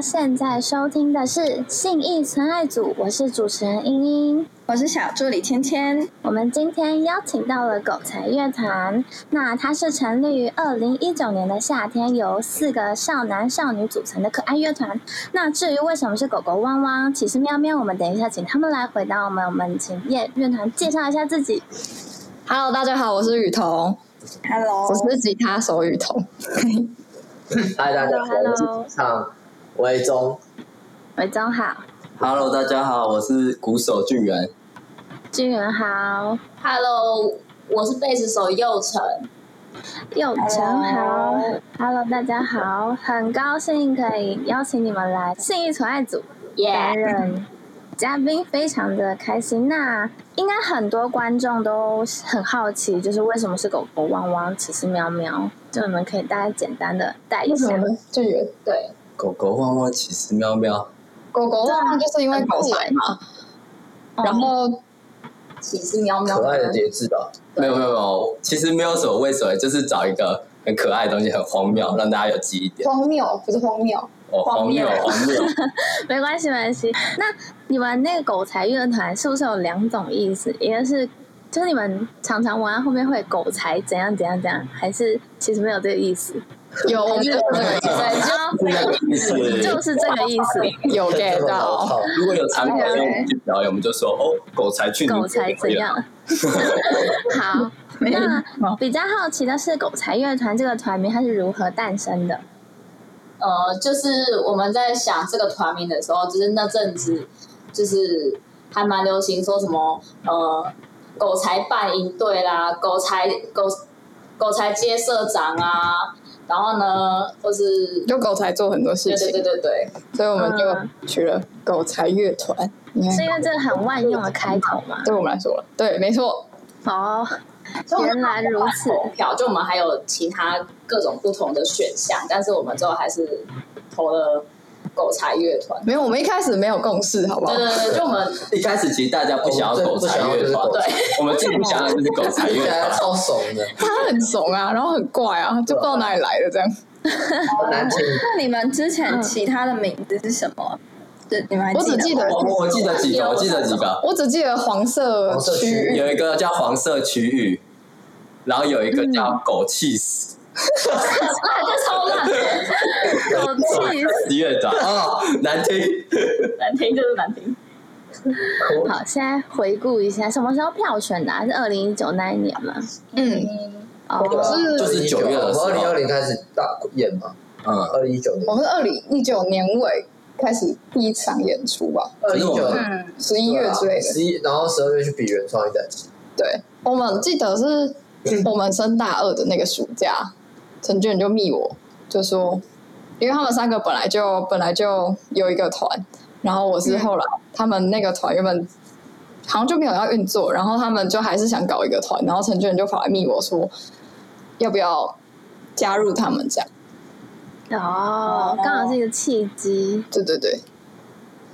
现在收听的是《信义纯爱组》，我是主持人英英。我是小助理芊芊。我们今天邀请到了狗才乐团，那它是成立于二零一九年的夏天，由四个少男少女组成的可爱乐团。那至于为什么是狗狗汪汪，其实喵喵，我们等一下请他们来回答我们。我们请乐乐团介绍一下自己。 Hello，大家好，我是雨桐， Hello，我是吉他手雨桐。嗨，大家好， Hello，我是主唱维中。伟忠好， Hello，大家好，我是鼓手俊元。君元好， Hello，我是贝斯手佑成。佑成好 Hello ，Hello，大家好，很高兴可以邀请你们来信义纯爱组。担 Yeah，任嘉宾，非常的开心。那应该很多观众都很好奇，就是为什么是狗狗汪汪，其实喵喵，就你们可以大概简单的带一下。嗯呢？就有对，狗狗汪汪，其实喵喵。狗狗啊汪汪，就是因为狗才嘛。然后骑士嗯喵喵可爱的叠字吧？没有没有没有，其实没有什么为什么，就是找一个很可爱的东西，很荒谬，让大家有记忆点。荒谬不是 荒谬，哦，荒谬荒谬，没关系，没关系。那你们那个狗才乐团是不是有两种意思？一个是就是你们常常玩后面会狗才怎样怎样怎样，还是其实没有这个意思？有我们有嗯这个对，就那个意思。就是这个意思。有 get 到，如果有常哎有呀人去表演，我们就说哦，狗才去狗才怎？样？ 好，那比较好奇的是，狗才乐团这个团名它是如何诞生的？呃，就是我们在想这个团名的时候，就是那阵子，就是还蛮流行说什么呃，狗才办营队啦，狗才狗狗才街社长啊，然后呢，或是就狗才做很多事对对对情，对对，所以我们嗯就取了狗才乐团。你看是，因为这个很万用的开头嘛？对我们来说了，对，没错，哦，所以我们原来如 此投票，就我们还有其他各种不同的选项，但是我们最后还是投了狗才乐团。没有，我们一开始没有共识，好不好对？对对，就我们一开始其实大家不想要狗才乐团，对，我们最不想要的就是狗才乐团。超怂的，他很怂啊，然后很怪啊，就不知道哪里来的这样。好难听。那你们之嗯前其他的名字是什么？就你们还啊我只记吗得，哦我我记得几个，我记得几个，我只记得黄呃色黄色区哦区域，有一个叫黄色区域，然后有一个叫狗气死啊，这超烂的，狗气死！乐团， 哦，难听。难听就是难听。好，现在回顾一下，什么时候票选的啊、是二零一九那一年吗？嗯，哦，我就是是九月的时候二零二零开始打演嘛，嗯，二零一九年我，们是二零一九年尾开始第一场演出吧，二零一九啊 嗯，十一月之类的。十一，然后十二月去比原创一代，对，我们记得是我们升大二的那个暑假，陈俊就密我，就说，因为他们三个本来就本来就有一个团，然后我是后来、他们那个团原本好像就没有要运作，然后他们就还是想搞一个团，然后陈俊就跑来密我说，要不要加入他们这样？哦，刚好是一个契机。对对对，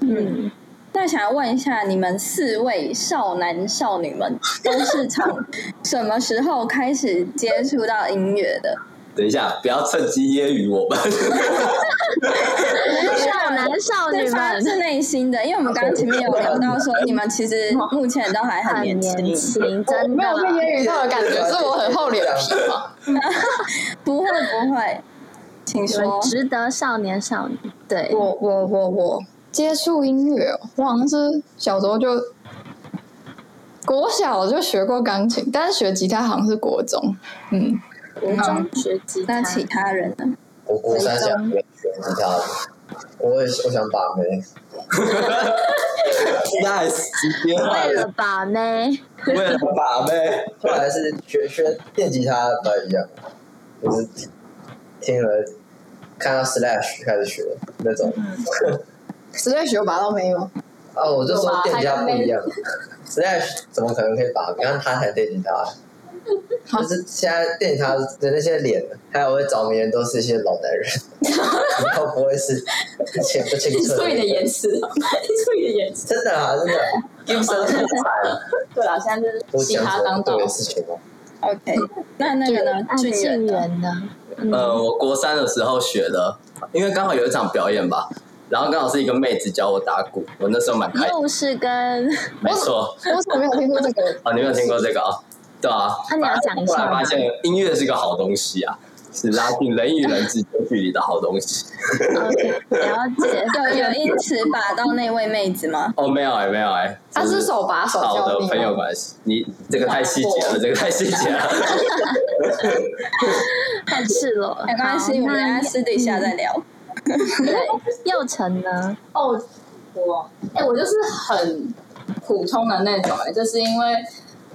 嗯，那想问一下，你们四位少男少女们都是从什么时候开始接触到音乐的？等一下，不要趁机揶揄我们。少男 少对，女发自们内心的，因为我们刚刚前面有聊到说，你们其实目前都还很很年年轻，轻，我真没有被的。言语到的感觉，是我很厚啊脸皮嘛。不会不会，请你们说。值得少年少女，对，我我我我接触音乐，我好像是小时候就国小就学过钢琴，但是学吉他好像是国中。嗯，国中学吉他那， 其他人呢？ 我我三想学吉他，我也我想把妹， nice，直接为了把妹，为了把妹，后来是学学电吉他不太一样，就是听了看到 Slash 开始学那种，实在学把到没有，啊，我就说电吉他不一样，Slash 怎么可能可以把妹？让他才电吉他。就是现在电吉他的那些脸，还有会着迷的人，都是一些老男人，然后不会是以前不清你澈注意你的言辞 哦，你注意你的言辞。真的啊，真的啊， Gibson 对啦，现在我是嘻讲哈什么当道对。的事情哦吗？ OK，那那个呢？按俊远信呢源呢？呃，我国三的时候学的，因为刚好有一场表演吧，然后刚好是一个妹子教我打鼓，我那时候蛮开心，又是跟没错，我怎么没有听过 这个？啊，你没有听过这个啊？对啊，那你要讲一后下来吗发？现音乐是个好东西啊，是拉近人与人之间距离的好东西。呃 OK，了解。有有因此把到那位妹子吗？哦，没有哎、没有哎、他就是手把手好教的你朋友吗？关系，你这个太细节了，这个太细节了。太赤裸了，没关系，我 好们那大家私底下再聊。幼晨呢？哦，我哎、我就是很普通的那种、哎，就是因为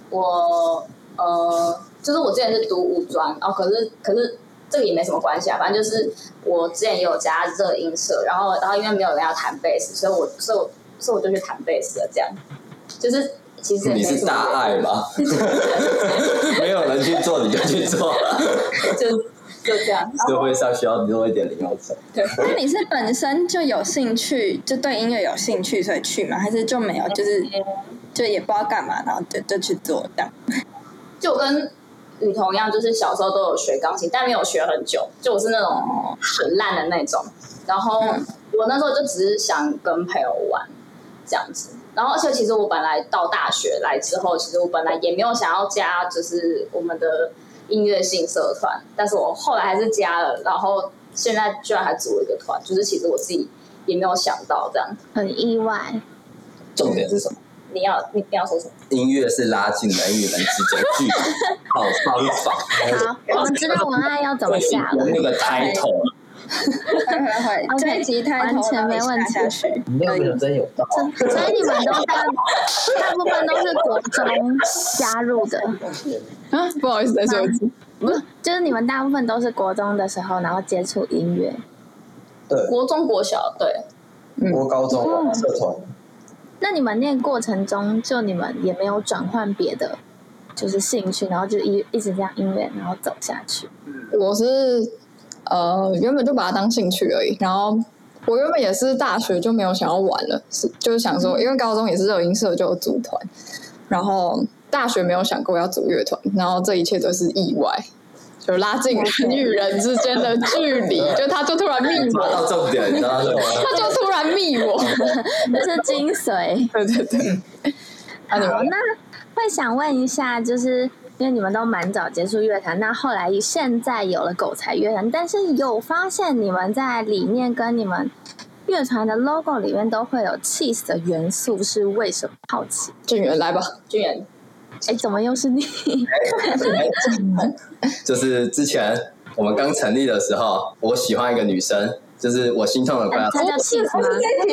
我呃，就是我之前是读五专哦，可是可是这个也没什么关系啊，反正就是我之前也有加热音社，然后然后因为没有人要弹贝斯，所以我所以我所以我就去弹贝斯了，这样就是其实也没你什么是大爱吗？没有人去做你就去做， 就就这样，然后社会上需要多一点零用钱。对。 那你是本身就有兴趣，就对音乐有兴趣，所以去吗？还是就没有，就是就也不知道干嘛，然后就就去做这样？就跟雨桐一样，就是小时候都有学钢琴，但没有学很久。就我是那种很烂的那种。然后嗯我那时候就只是想跟朋友玩这样子。然后，而且其实我本来到大学来之后，其实我本来也没有想要加，就是我们的音乐性社团，但是我后来还是加了。然后现在居然还组了一个团，就是其实我自己也没有想到这样。很意外，重点是什么？你要你你要说什么？音乐是拉近人与人之间距离，好方法。好，我们知道文案要怎么下了。那个 title 会会会，这一集太完全没问题下去。你那个真有道，所以你们都是大部分都是国中加入的，啊，不好意思，再说一次。不是就是你们大部分都是国中的时候，然后接触音乐。对，国中国小对，我高中嗯社团那你们念过程中，就你们也没有转换别的，就是兴趣，然后就一一直这样音乐，然后走下去。我是呃原本就把它当兴趣而已，然后我原本也是大学就没有想要玩了，是就是想说，因为高中也是热音社就有组团，然后大学没有想过要组乐团，然后这一切都是意外。就拉近人与人之间的距 离，就他就突然密抓我， 到重点，你知道吗？他就突然密我，这是精髓。对对对。嗯啊，你好，们那会想问一下，就是因为你们都蛮早接触乐坛，那后来现在有了狗才乐团，但是有发现你们在里面跟你们乐团的 logo 里面都会有 cheese 的元素，是为什么？好奇。郑源来吧，君远哎，怎么又是你？就是之前我们刚成立的时候，我喜欢一个女生，就是啊我心痛的快要。它叫 cheese 吗？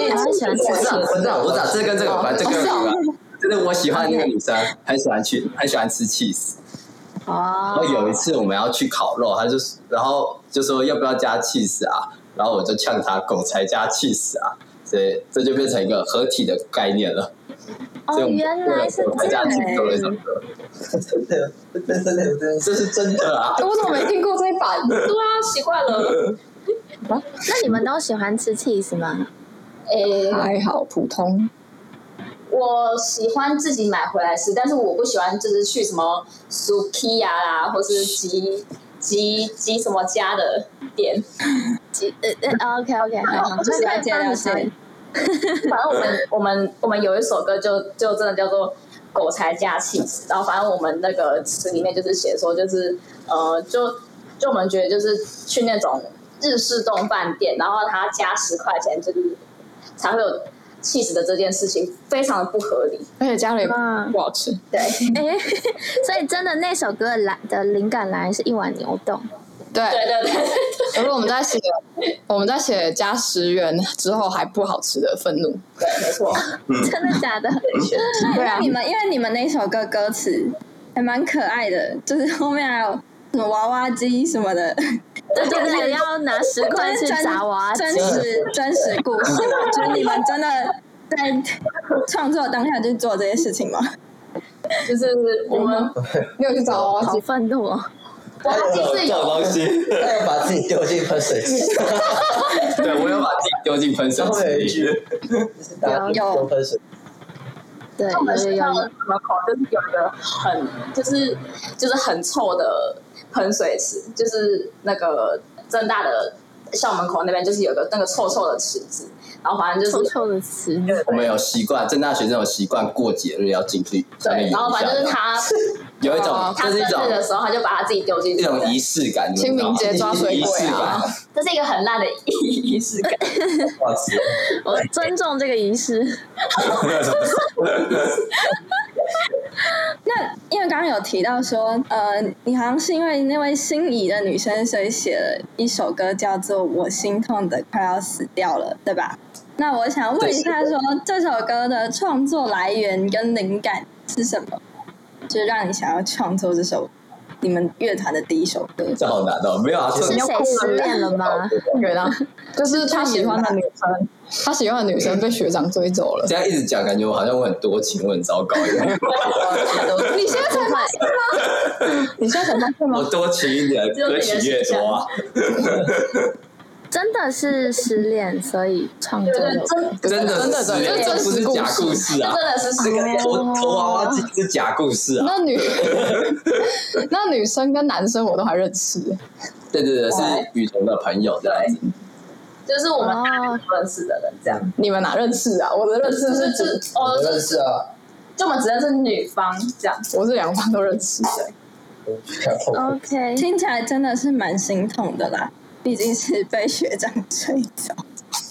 台湾喜欢吃我 cheese。知道，我知啊道，我知道，这跟这个有哦关，这跟 这个有关。就是我喜欢的那个女生，很喜欢去，很喜欢吃 cheese。然哦后，有一次我们要去烤肉，他就然后就说要不要加 cheese 啊？然后我就呛他狗才加 cheese 啊，所以这就变成一个合体的概念了。哦，所以啊我们原来是狗才这加样 cheese 做了一首哎。歌，真的，真的，真的这是真的啊！我怎么没听过这一版？对啊，奇怪了，那你们都喜欢吃 cheese 吗？诶、还好，普通。我喜欢自己买回来吃，但是我不喜欢就是去什么 Sukiya 啦，或是吉吉吉什么家的 店。鸡呃呃，OK OK，好，好我喜欢那可以帮你了解。反正我们我们我们有一首歌就就真的叫做《狗才加气质》，然后反正我们那个词里面就是写说就是呃就就我们觉得就是去那种日式动饭店，然后他加十块钱就是才会有气质的这件事情，非常的不合理。而且家里嗯不好吃，对，哎，所以真的那首歌的来的灵感来源是一碗牛冻，对对对对。 可是我们在写，我们在写加十元之后还不好吃的愤怒。对，没错，嗯真的假的？对啊那，你们因为你们那首歌歌词还蛮可爱的，就是后面还有什么娃娃机什么的， 对对对，要拿十块去砸娃娃机真，实真实故 事，就是你们真的在创作当下就做这些事情吗？就是 我们你有去找娃娃好机？愤怒哦！哇，这其 实种有东 西，他要把自己丢进喷水池，对我有把自己丢进喷水然后有池一里。句，就是 大家丢喷水，对，我们有学 有校有，门口就是有一个很就是就是很臭的喷水池，就是那个正大的校门口那边就是有个那个臭臭的池子，然后反正就是臭臭的词，我们有习惯，正大学生有习惯过节日要进去上对，面演然一下后反正就是他有一哦种，他生这是一日的种时候，他就把他自己丢进一去，种仪式啊感，你清们知道明吗节抓水仪鬼式啊感，，这是一个很烂的仪式感。哇塞，我尊重这个仪式。那因为刚刚有提到说，呃，你好像是因为那位心仪的女生，所以写了一首歌叫做《我心痛的快要死掉了》，对吧？那我想问一下说，这首歌的创作来源跟灵感是什么？就让你想要创作这首你们乐团的第一首歌？这好难哦，没有啊，这是种谁失恋了吗？对啦，啊就是他喜欢的女生，他喜欢的女生被学长追走了。这样一直讲，感觉我好像我很多情，我很糟糕一样，你现在才发现吗？你现在才发现吗我？多情一点，只有歌曲越多啊，真的是失恋，所以创作对的对，真真的真的是真这的这不是是真实假故故事 啊真，的是这失个恋，头头娃娃机是假故事啊，那女 那女生跟男生我都还认识，对对对，是雨桐的朋友这样子，就是我们哦，不认识的人这样，你们哪认识啊？我的认识就是是指就哦我就认识啊，就我们只认识女方这样。我是两方都认识。我去看哦后 OK，听起来真的是蛮心痛的啦，毕竟是被学长追走。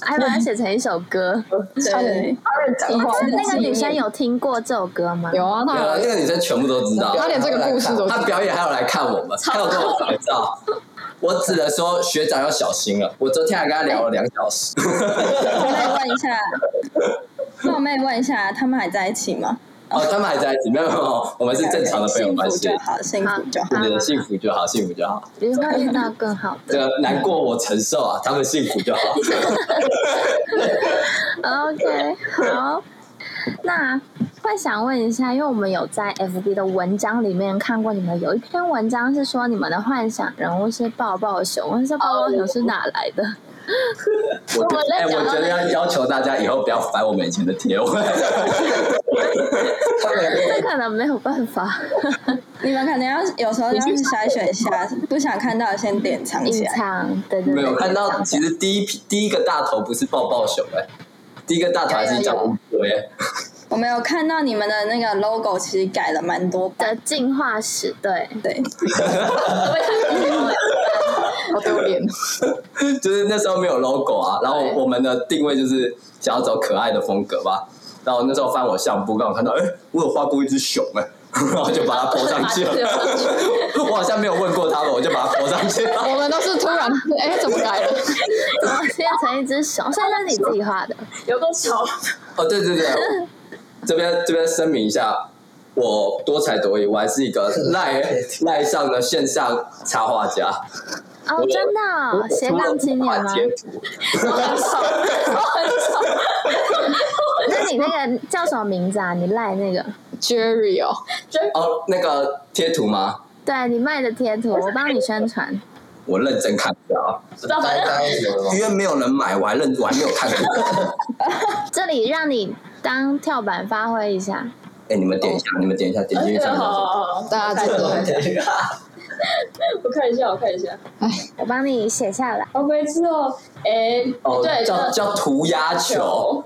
还把它写成一首歌。差对点，差点讲话。哦那个女生有听过这首歌吗？有啊，对啊她那个女生全部都知道，她连这个故事都他表演还有来看我们，还有跟我拍照。我只能说学长要小心了。我昨天还跟他聊了两小时，冒昧问一下，冒昧问一下，他们还在一起吗？哦，他们还在一起，没有没有没有，我们是正常的朋友幸关福系，就好，幸福就好。对对对，幸福就好，幸福就好。你会遇到更好这个难过我承受啊，他们幸福就好。的。OK，好。那会想问一下，因为我们有在 FB 的文章里面看过你们有一篇文章是说你们的幻想人物是抱抱熊，我说抱抱熊是哪来 的？我我在哎，讲我到觉那得要要求大家以后不要翻我们以前的贴文。他们这可能没有办法你们可能要有时候要去筛选一下，不想看到的先典藏起隐来。藏，对对对，没有看隐到，藏其实第一批第一个大头不是抱抱熊哎、第一个大头还是一张乌龟哎。 我没有看到你们的那个 logo，其实改了蛮多版。的进化史，对，对，好丢脸。就是那时候没有 logo 啊，然后对我们的定位就是想要走可爱的风格吧。然后那时候翻我相簿，刚好看到，哎、我有画过一只熊哎、 然后就把它 po 上去了。 我好像没有问过他们，我就把它 po 上去了。我们都是突然， 哎，怎么 改了？怎么变成一只熊？所以那是你自己画的，有个球，哦，对对对， 这边这边声明一下，我多才多艺，我还是一 个赖赖上的线上插画 家，哦，真的哦斜杠青年吗？贴图那你那个叫什么名字啊？你赖那个？ Jerry 哦，哦，那个贴图吗？对你卖的贴图，我帮你宣传。我认真看过啊，知道反大正家有什 么吗？因为没有人买，我还认我还没有看过。这里让你当跳板发挥一下。 哎、你们点一下，你们点一下，点进去对，看 好一下。好好，大家 记得。我看一下，我看一下，我帮你写下来。好悲之后，哎，哦，对，叫这叫涂鸦球，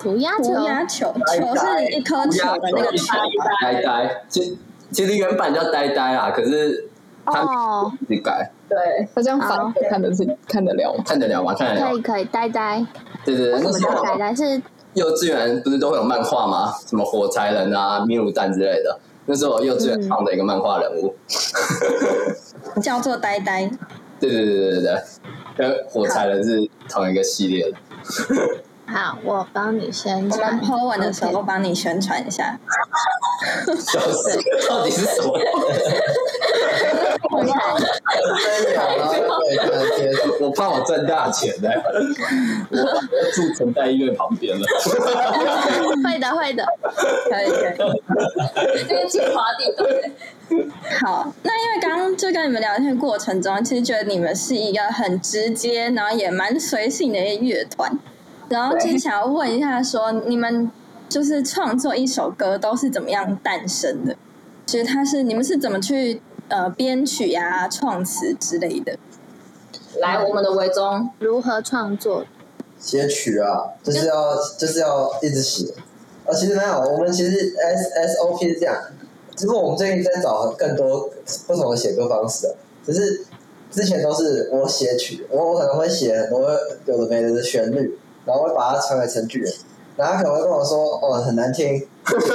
涂鸦球涂，鸦球，球是一颗涂球鸦的那个球吧。呆呆。其其实原版叫呆呆啊，可是他哦，自己改，对，他这样反好着看得是看得了吗？看得了吗？看得可了以。可以，呆呆。对对对，为什那么时叫呆候呆？是幼稚园不是都会有漫画吗？什么火柴人啊、米鲁蛋之类的。那时候我幼稚园创的一个漫画人物，叫做呆呆。对对对对对对，跟火柴人是同一个系列的。好，我帮你宣我们传。 po 文的时候帮你宣传一下。笑死，到底是什么？真假然后对看贴图，我怕我赚大钱呢、我住城大医院旁边了。会的会的，可以可以。这个精华地段，好，那因为刚刚就跟你们聊天的过程中，其实觉得你们是一个很直接，然后也蛮随性的一个乐团。然后就是想要问一下说，你们就是创作一首歌都是怎么样诞生的？其啊实它是你们是怎么去呃编曲呀、创词之类的？来，我们的维中，如何创作？写曲啊，就是要就是要一直写。啊，其实没有，我们其实 S S O P 是这样，只不过我们最近在找更多不同的写歌方式、啊，只是之前都是我写曲，我我可能会写很多有的没的旋律，然后会把它传给程序员，然后他可能会跟我说，哦，很难听。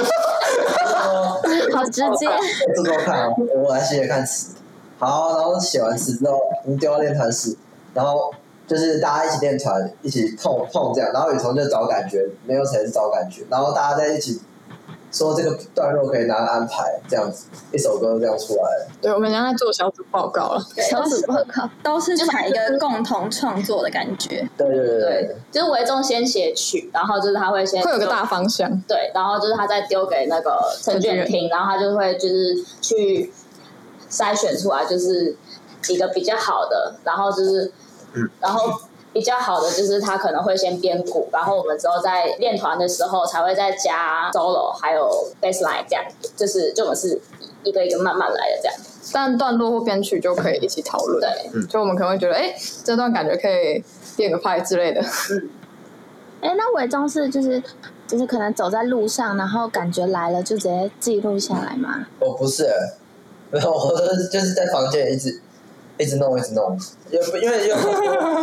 好直接，这周看，我来写写看词。好，然后写完词之后，我们丢到练团室，然后就是大家一起练团，一起碰碰这样。然后雨桐就找感觉，没有才是找感觉。然后大家在一起说这个段落可以拿来安排，这样子一首歌这样出来了。对，我们现在做小组报告了。小组报告都是采一个共同创作的感觉。对对对对，就是维中先写曲，然后就是他会先会有个大方向。对，然后就是他再丢给那个陈俊听，然后他就会就是去筛选出来，就是几个比较好的，然后就是，然后比较好的就是他可能会先编鼓，然后我们之后在练团的时候才会再加 solo 还有 bassline 这样，就是就我们是一个一个慢慢来的这样。但段落或编曲就可以一起讨论。嗯对，就我们可能会觉得，哎、这段感觉可以练个派之类的。哎，那伪装是就是就是可能走在路上，然后感觉来了就直接记录下来嘛？我不是，然后我都是就是在房间一直一直弄一直弄，也不因为因为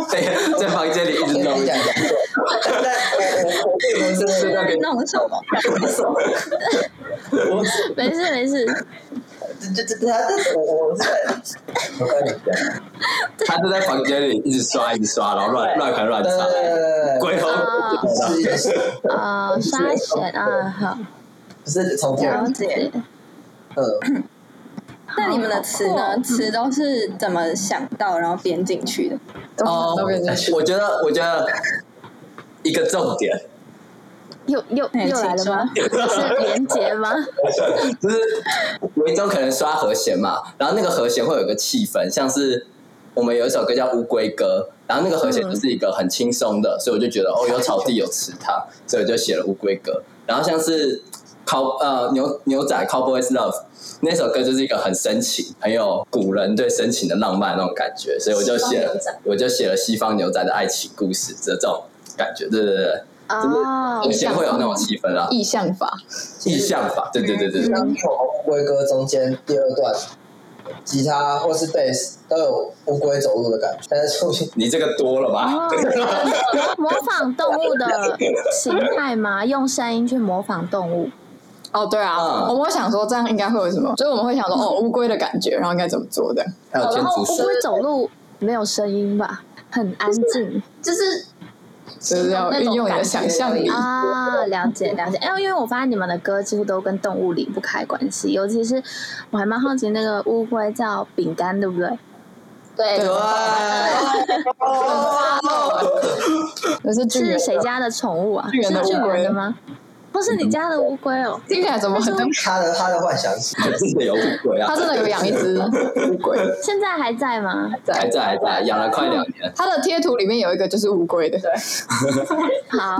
在在房间里一直我弄跟你，讲，但但我我我并不是是那个那我们什么？我没事没事，这这这他这我我是在我跟你讲，他就在房间里一直刷一直刷，然后乱乱弹乱对唱，对对鬼吼，对，是也是啊，刷选啊，好，不是从天嗯了解。嗯，那你们的词呢？词都是怎么想到然后编进去的？哦都变成，我觉得，我觉得一个重点又又哎又来了吗？是连接吗？就是有一种可能刷和弦嘛，然后那个和弦会有一个气氛，像是我们有一首歌叫《乌龟歌》，然后那个和弦就是一个很轻松的，所以我就觉得哦，有草地有池塘，所以我就写了《乌龟歌》。然后像是 cow 呃牛牛仔 Cowboys Love 那首歌就是一个很深情，很有古人对深情的浪漫那种感觉，所以我就写西方了牛仔，我就写了西方牛仔的爱情故事这种感觉，对对对， 哦和，弦会有那种气氛啦，意象法，意象法，对对对对对。嗯像我乌龟歌中间第二段，吉他或是贝斯都有乌龟走路的感觉，但是出去你这个多了吧？哦，模仿动物的形态吗？用声音去模仿动物，哦，对啊，嗯我们会想说这样应该会有什么，所以我们会想说，哦，乌龟的感觉，然后应该怎么做的？还有天竺乌鼠，龟走路没有声音吧？很安静就是就是要运用你的想象力。啊，了解了解。哎，因为我发现你们的歌几乎都跟动物离不开关系，尤其是我还蛮好奇那个乌龟叫饼干，对不对？对，对，那是巨是人，啊谁家的宠物啊？巨人的是乌巨龟人的吗？不是你家的乌龟哦，听起来怎么很像？他的他的幻想是 真的有乌龟啊 他！真的有养一只乌 龟，现在还在吗？还在还在，养了快两年。他的贴图里面有一个就是乌龟的， 好，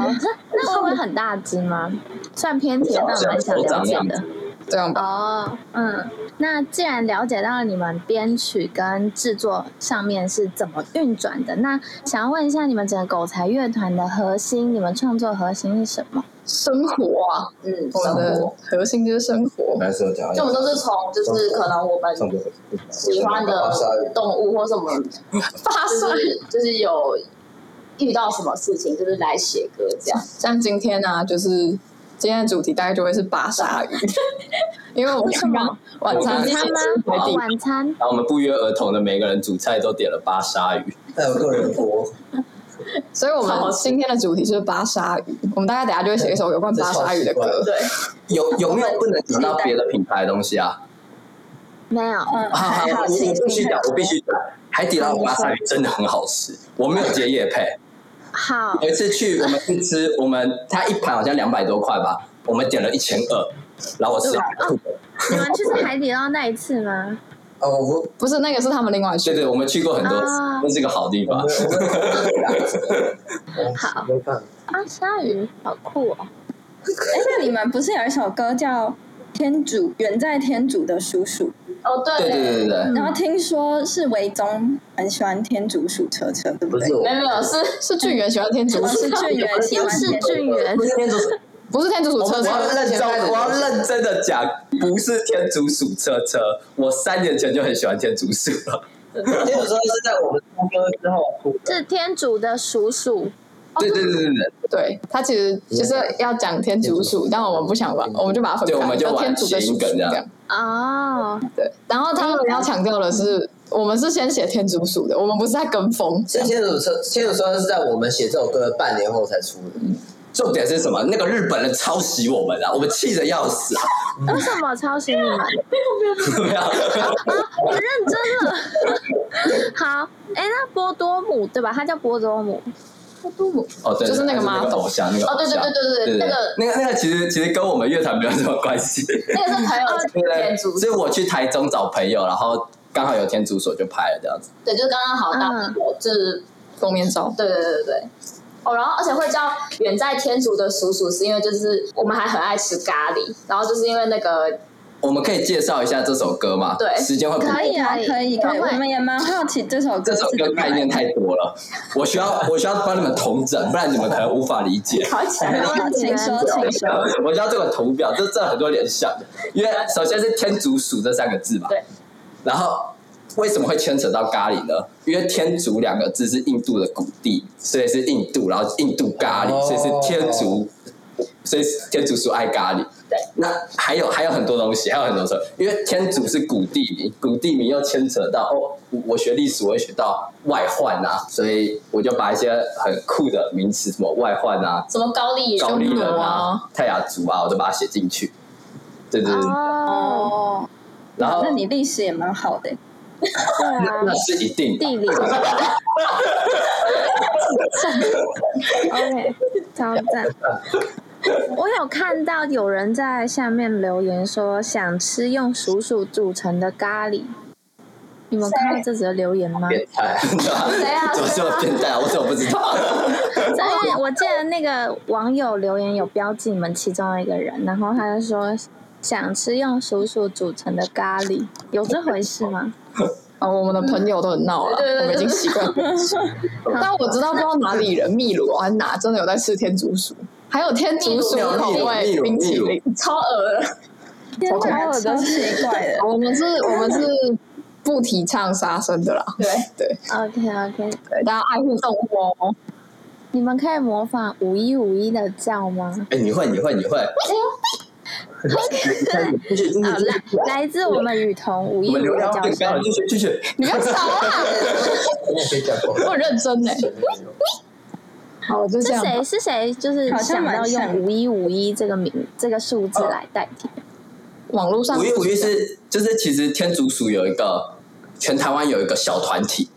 那乌龟很大只吗？算偏甜，但我蛮想了解的。这样吧？哦，嗯，那既然了解到你们编曲跟制作上面是怎么运转的，那想要问一下你们整个狗才乐团的核心，你们创作核心是什么？生活啊，嗯，我们生的活核心就是生活。男生讲就我们都是从就是可能我们喜欢的动物或什么，发就生是就是有遇到什么事情，就是来写歌这样。像今天呢、就是今天的主题大概就会是巴沙 鱼，因为我们刚刚晚餐晚餐吗？哦，海晚餐。然后我们不约而同的每个人主菜都点了巴沙鱼，还有个人国，底，所以我们今天的主题就是巴沙鱼。我们大概等一下就会写一首有关巴沙鱼的歌。对，有有没有不能讲到别的品牌的东西啊？没有，嗯，啊还我好奇我必须心讲很，我必须讲，海底捞的巴沙鱼真的很好吃，我没有接夜配。好有一次去我们去吃，我们它一盘好像两百多块吧，我们点了一千二，然后我吃了吐了。你们去吃海底捞那一次吗？哦，我不不是那个是他们另外去对的，对，我们去过很多次啊，那是个好地我方们。好没办法，啊，鲨鱼，好酷哦！哎，那你们不是有一首歌叫《天主远在天主的叔叔》？哦，对 对对对对嗯对，然后听说是维宗很喜欢天竺鼠车车，对不对是？我没，有没有是 是俊元喜欢天竺我鼠， 是俊元喜欢是天竺俊元不，是天竺鼠，不是天竺鼠车我车要，认 真，前面的我要认真的讲，不是天竺鼠车车，我三年前就很喜欢天竺鼠了。天竺鼠是在我们唱歌之后出的，是天竺的鼠鼠，对对对对对，对他其实就是要讲天竺鼠，但我们不想玩，我们就把它分对开，我们就叫玩天竺的谐鼠音梗鼠这这样样。哦，对，然后他们要强调的是，我们是先写天竺鼠的，我们不是在跟风。所以天竺车天竺鼠是在我们写这首歌的半年后 才出的。重点是什么？那个日本人抄袭我们啊，我们气得要死啊！ 为什么抄袭你们？怎么样？ 我认真了。 好，哎，那波多姆对吧？他叫波多姆， 哦，对，对就是那个对马桶偶像，那个哦，对偶对像对对对，那个那个那个其实其实跟我们乐团没有什么 关系，那个是朋友对之不间建对？筑，哦所以我去台中找朋友，然后刚好有天竺所就拍了这样子。对，就是刚刚好搭嗯就是封面照，对对对对对。哦，然后而且会叫远在天竺的叔叔，是因为就是我们还很爱吃咖喱，然后就是因为那个我们可以介绍一下这首歌吗？对时间会不够可以啊啊，可以，可以，因我为们也蛮好奇这首歌这是首怎歌么概来念的。太多了，我需要 我需要帮你们统整，不然你们可能无法理解。烤起没来问了。题请说，请说。我知道这个图表，这这很多联想的，因为首先是天竺鼠这三个字嘛，对。然后为什么会牵扯到咖喱呢？因为天竺两个字是印度的古地，所以是印度，然后印度咖喱，哦所以是天竺，所以是天竺鼠爱咖喱。对。那还有还有很多东西，还有很多东西，因为天竺是古地名，古地名又牵扯到哦，我我学历史我会学到外患啊，所以我就把一些很酷的名词，什么外患啊，什么高丽高人，丽人匈奴啊啊、泰雅族啊，我都把它写进去。对对对，哦，哦，然后那你历史也蛮好的。对那啊那，是一定的。地 理。OK，超赞！我有看到有人在下面留言说想吃用鼠鼠煮成的咖喱，你们看到这则留言吗？变态，谁啊怎么这么变态啊？我怎么不知道？哦因哎为我记得那个网友留言有标记你们其中的一个人，然后他就说想吃用鼠鼠煮成的咖喱，有这回事吗？啊，我们的朋友都很闹了，对对对我们已经习惯。但我知道不知道哪里人，秘鲁还哪真的有在吃天竺鼠，还有天竺鼠秘鲁口秘味鲁冰淇秘淋。超恶的，天超哪，恶的啊超奇怪 的。我们 是，我们是不提倡杀生的啦。对，对 OK OK，对，大家爱护动物哦。你们可以模仿五一五一的叫吗？哎，你会，你会，你会。继续，继续，好，来啊来自我们雨桐五我一五们流一的量叫变高声。了，继续，继续。你不要吵啊！ 你也可以讲过。我很认真呢。前面有好，就这是样。谁？是谁？就是好像想到蛮像哦用五一五一这个名、这个数字来代替。网络上五一五一是就是其实天竺鼠有一个全台湾有一个小团体，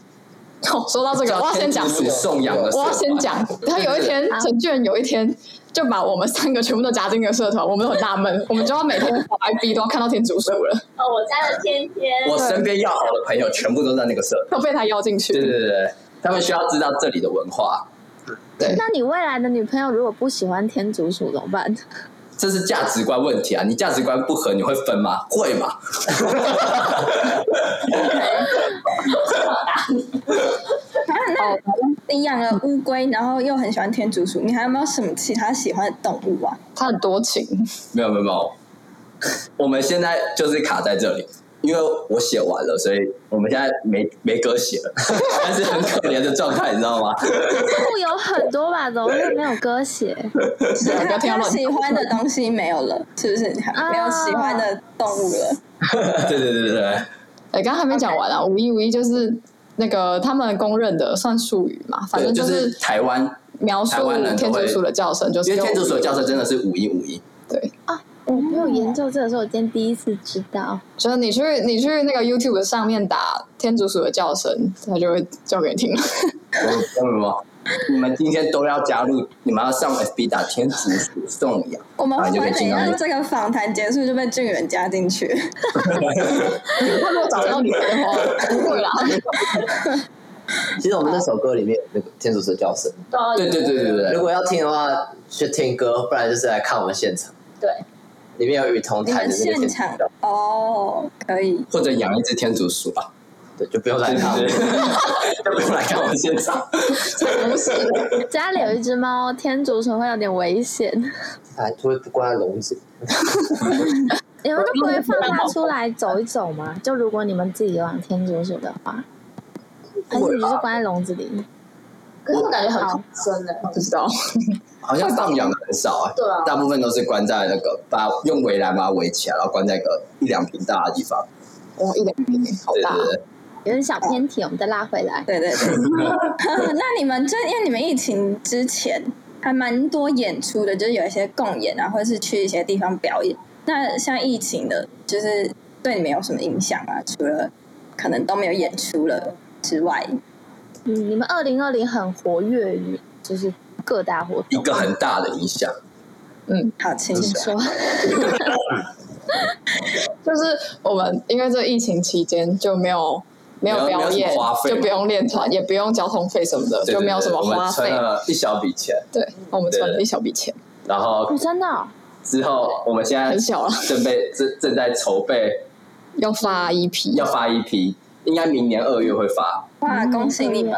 哦说到这个，我叫要先天竺讲，鼠颂扬的社我团。要先讲。他有一天好，陈俊仁有一天就把我们三个全部都加进一个社团，我们都很纳闷，我们就要每天滑 FB 都要看到天竺鼠了， 哦，我家的天天，我身边要好的朋友全部都在那个社。都被他邀进对对去。对对，他们需要知道这里的文化，对，那你未来的女朋友如果不喜欢天竺鼠怎么 办？这是价值观问题啊！你价值观不合，你会分吗？会嘛？哦，你养了乌龟，然后又很喜欢天竺鼠，你还有没有什么其他喜欢的动物啊？他很多情，没有没有没有，我们现在就是卡在这里，因为我写完了，所以我们现在没没歌写了， 但是很可怜的状态，你知道吗？ 不有很多吧，怎么会没有歌写？对啊不要听他他啊乱喜欢的东西没有了，是不是？你还没有喜欢的动物了？对对对对对，哎，刚刚还没讲完啊，五一五一就是那个他们公认的算术语嘛，反对正就就是是台湾，描台述湾人都天会竺鼠的叫声，就是因为用天竺鼠的教授真的是五一五一，对，我没有研究这个，是我今天第一次知道。就是你去你去那个 YouTube 上面打天竺鼠的叫声，他就会叫给你听了。没有没有没有，你们今天都要加入，你们要上 FB 打天竺鼠颂扬，我们会啊不然后啊就可会以等一听到下那这个访谈结束就被俊元加进去？他如果找到你的话，不会啊 啦。其实我们那首歌里面有那个天竺鼠的叫声，都对对对对对如对，果要听的话，去听歌，不然就是来看我们现场。对，里面有雨哎桐你台们的那个现天场主教，哦，可以。或者养一只天竺鼠吧，对，就不用来看我对们，对对 就不用来看我们现场。家里有一只猫，天竺鼠会有点危 险。还就会不关在笼子。你们都不会放它出来走一走吗？就如果你们自己养天竺鼠的话，还是你啊就是关在笼子里？可是我感觉很痛真的，不知道。好像放养的很少哎、对啊大部分都是关在那个把用围栏把它围起来，然后关在一个一两平大的地方。哇，一两瓶，好对大。对对，有点小偏题，我们再拉回来。对对 对，那你们这因为你们疫情之前还蛮多演出的，就是有一些共演啊，或者是去一些地方表演。那像疫情的，就是对你们有什么影响啊？除了可能都没有演出了之外，嗯，你们二零二零很活跃于就是各大活一动，个很大的影响。好清你楚。说就是我们因为这疫情期间就没有没有没有表演没有什么花，费就不用练团，也不用交通费什么的，对对就没有什么对我花们费存。了一小笔钱，对，我们存了对一小笔钱，然后哦，真的哦、之后我们现在 很小了，正被正正在筹备要发一批。要发一批，应该明年二月会发。哇，恭喜你们！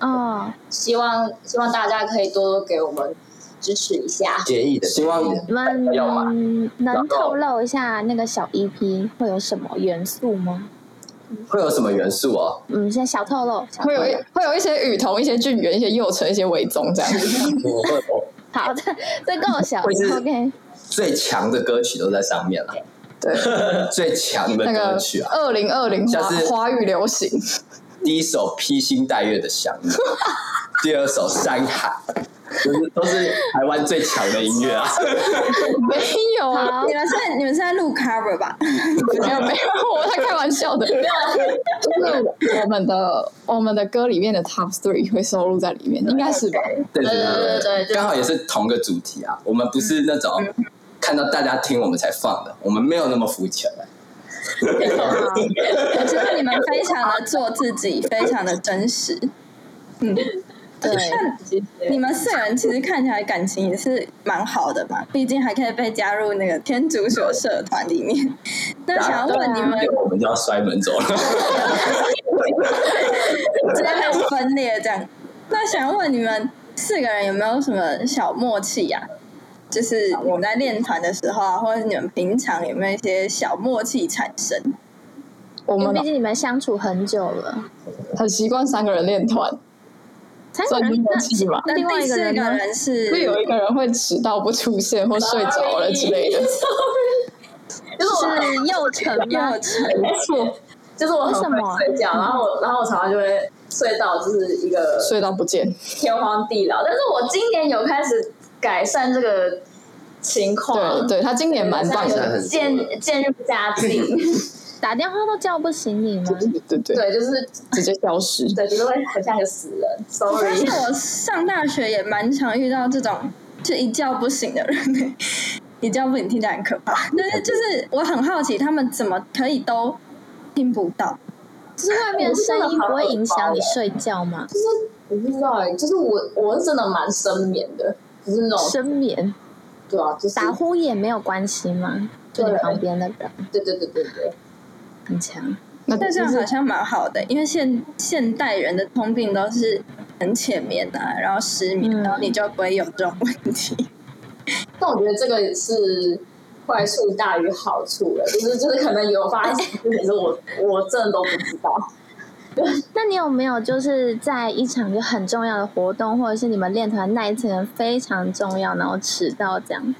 哦，希望希望大家可以多多给我们支持一下。结义的，希望结义的你们要嘛能透露一下那个小 EP 会有什么元素吗？会有什么元素哦？嗯，先小透露，小透会露有一会有一些雨桐、一些俊元、一些幼成、一些伟宗这样， 我 会我好 的，这够小会是，OK。最强的歌曲都在上面了，对，最强的那歌个曲啊，二零二零下华次华语流行，第一首披星戴月的想你， 第二首山海，就是都是台湾最强的音乐啊。没有啊，好你，们是你们是在录 cover 吧？ 没有没 有，我在开玩笑的，就是我们的我们的歌里面的 top three 会收录在里面，应该是吧？对对对对对对对刚好也是同个主题啊。我们不是那种看到大家听我们才放的，我们没有那么肤浅啊的。我觉得你们非常的做自己，非常的真实。对，你们四人其实看起来感情也是蛮好的嘛，毕竟还可以被加入那个天竺所社团里面。那想要问你们，我们就要摔门走了。直接被分裂这样？那想要问你们四个人有没有什么小默契呀、就是你们在练团的时候啊，或者你们平常有没有一些小默契产生？我因为们毕竟你们相处很久了，很习惯三个人练团，才算是能默契吧。那另外第一个四人个呢？人是会有一个人会迟到不出现或睡着了之类的，就是我是幼成 吗？又成 就是我很为什么会睡觉，然后我然后我常常就会睡到就是一个嗯睡到不见。天荒地老。但是我今年有开始改善这个情况，对对，他今年蛮棒现的，在很渐渐入佳 境。打电话都叫不醒你吗？对对，对，就是直接消失。对，就是会很像个死人。我发 Sorry，现我上大学也蛮常遇到这种就一觉不醒的人，一觉不醒听起来很可怕。但是就是我很好奇，他们怎么可以都听不到？就是外面的声音不会影响你睡觉吗？我不知道哎、就是我我是真的蛮深眠的，就是那种深眠对啊，就是打呼也没有关系吗？就你对旁边的人对对对对对，很强，那但这样就是好像蛮好的，因为现现代人的通病都是很浅眠啊，然后失眠，嗯然后你就不会有这种问 题。但我觉得这个是坏处大于好处的，就是就是可能有发生事情是我 我真的都不知道。那你有没有就是在一场就很重要的活动，或者是你们练团那一次可能非常重要，然后迟到这样？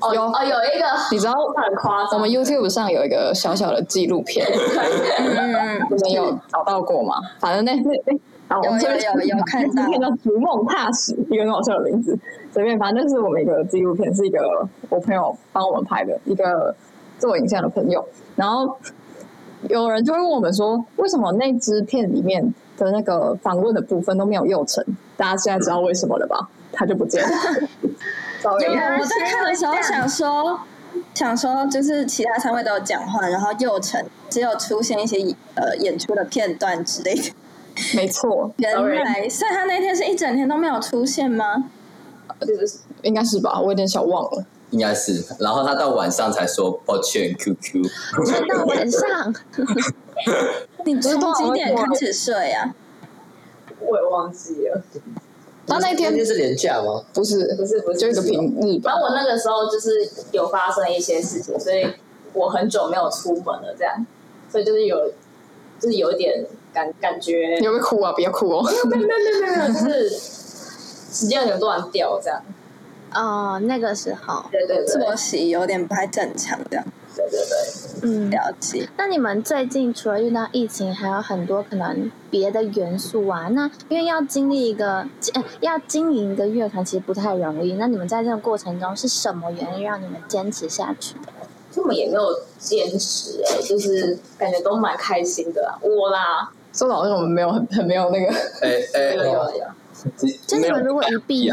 哦有哦，有一个啊你知道很夸我张，们 YouTube 上有一个小小的纪录片，嗯嗯，哦你们有找到过吗？反正那那那。好，我们这边有有有看到看到《逐梦踏实》一个很好笑的名字，随便，反正就是我们一个纪录片，是一个我朋友帮我们拍的，一个做影像的朋友。然后有人就会问我们说，为什么那支片里面的那个访问的部分都没有幼成？大家现在知道为什么了吧？他就不 见了。 Sorry 有啊啊我在看的时候想说，想说就是其他三位都有讲话，然后幼成只有出现一些呃演出的片段之类的。没错，原 Sorry 来，所以他那天是一整天都没有出现吗？就是应该是吧？我有点小忘了。应该是。然后他到晚上才说抱歉，QQ。睡到晚上，你不是通从常几会点过开来始睡啊呀、我也忘记了，他那天天是廉价 吗？不是哦不是不是，就一个平日吧反，正我那个时候就是有发生一些事情，所以我很久没有出门了，这样，所以就是有，就是有一点感感觉你，会不会哭啊？不要哭哦。 没有没有没有没有没有，就是时间有点乱掉这样。 哦，那个时候，对对对作息有点不太正常，这样对对对，嗯，了解。那你们最近除了遇到疫情，还有很多可能别的元素啊。那因为要经历一个，呃要经营一个乐团，其实不太容易。那你们在这个过程中是什么原因让你们坚持下去？就我们也没有坚持哎、就是感觉都蛮开心的啦。我啦，说老实，我们没有很很没有那个， 哎哎有，有有，就你们如果一毕业，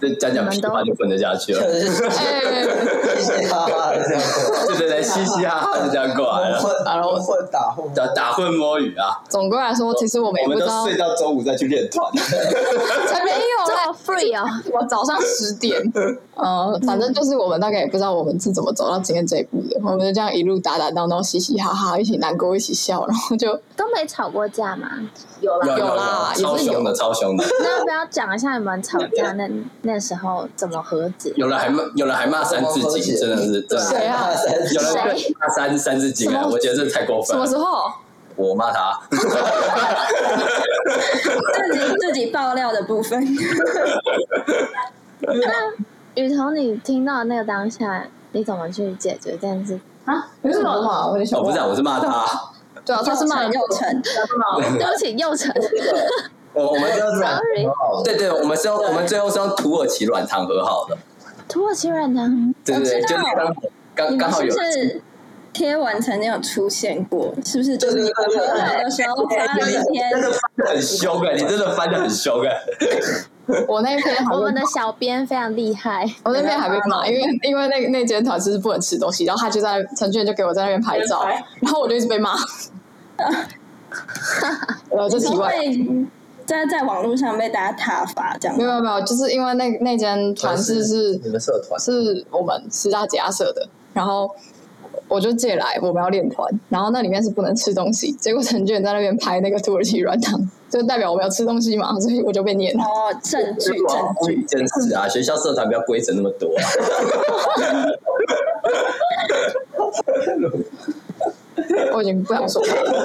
就讲讲屁话就混得下去 了，哎，哈哈的这样过对对对，嘻嘻哈哈就这样过来了，混打混混打混，打打混摸鱼啊。总归来说，其实我们也我不们知都道，睡到周五再去练团，才没有这啦么 free 哦，我早上十 点，呃，反正就是我们大概也不知道我们是怎么走到今天这一步的，我们就这样一路打打闹闹、嘻嘻哈哈，一起难过，一起笑，然后就都没吵过架 嘛？有啦，有啦超也是有凶的，超凶的。那要不要讲一下你们吵架那那时候怎么和解？有人还骂，有人还骂三字经，真的是，真的谁啊？ 三有人谁对骂三三字经什啊，么我觉得这太过分什么了。时候？我骂他，自己自己爆料的部分，雨桐，你听到那个当下，你怎么去解决这件事？啊，为没什有么啦，嘛？我有点想哦，问不是啊，我是骂他。对 啊，他是骂人又成，没对不起，又成，我我们 最后是然后人 对对，我们是用我们最后是用土耳其软糖和好的，土耳其软糖，对对对，我知就道是刚好刚刚好有你们是不是贴文曾经有出现过，是不是？就是你们喝酒的时候发了一篇真的翻的 很凶哎，你真的翻的很凶 哎。我哦那一篇还我们被的小编非常厉害，我那边还被骂，因为因为那那间团就是不能吃东西，然后他就在陈俊就给我在那边拍照别拍，然后我就一直被骂。呃，这题外话。会在在网络上被大家挞伐这样没。有没有，就是因为那那间团是是你们社团是我们师大吉他社的，然后我就借来我们要练团，然后那里面是不能吃东西，结果陈俊在那边拍那个土耳其软糖，就代表我们要吃东西嘛，所以我就被念了。哦，证据证故意据，坚持啊，学校社团不要规整那么多啊。 我已经不想说话了。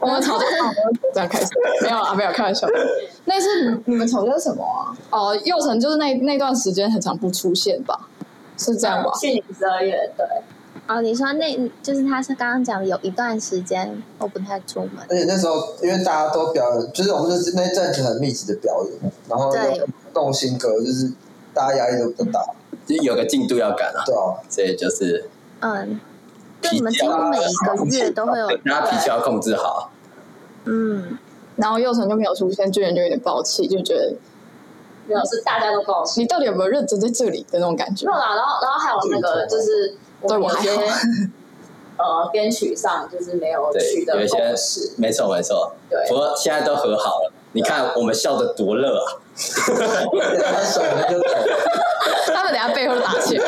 我们吵架好这样开始，没有啊，没有开玩笑。那次你们吵架是什么啊？哦，佑成就是那那段时间很长不出现吧，是这样吧？去年十二月，对，哦，你说那就是他是刚刚讲的，有一段时间我不太出门，而且那时候因为大家都表演，就是我们就是那一阵子很密集的表演，然后对又动新歌，就是大家压力都比较大，就有个进度要赶啊，对啊，所以就是嗯，就脾你们气几乎要每一个月都会有，大家脾气要控制好。嗯，然后佑成就没有出现，俊人就有点暴气，就觉得没有是大家都跟我说你到底有没有认真在这里的那种感觉没有？啦，然后然后还有那个就是我对们我有还些好。 呃编曲上就是没有取对，得有一些共识，没错没错，对不过现在都和好了。你看我们笑得多热啊！甩了就走，他们等下背后就打起来。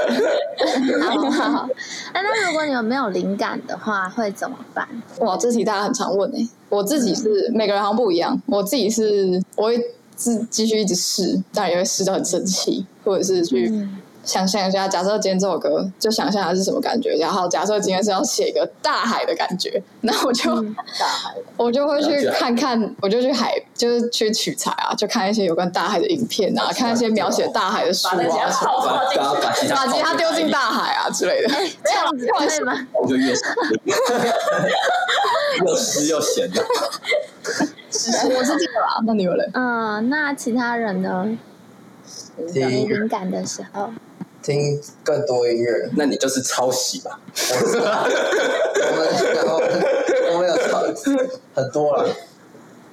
好好 好，哎，那如果你们没有灵感的话，会怎么办？哇，这题大家很常问诶、欸我自己是嗯每个人好像不一样，我自己是我会自继续一直试，但也会试到很生气，或者是去嗯想象一下，假设今天这首歌就想象它是什么感觉，然后假设今天是要写一个大海的感觉，那我就、大海 我就会去了解看看，我就去海，就是去取材啊，就看一些有关大海的影片啊，看一些描写大海的书把那家啊，泡泡把进去，把吉他把吉他丢进大海啊之类的。哎 这样子可以吗？我就越湿， 又湿又咸 啊的。我是这个啦，那你们嘞？嗯，那其他人呢？听没音乐，灵感的时候，听更多音乐。那你就是抄袭吧？我们然后我们有唱很多了，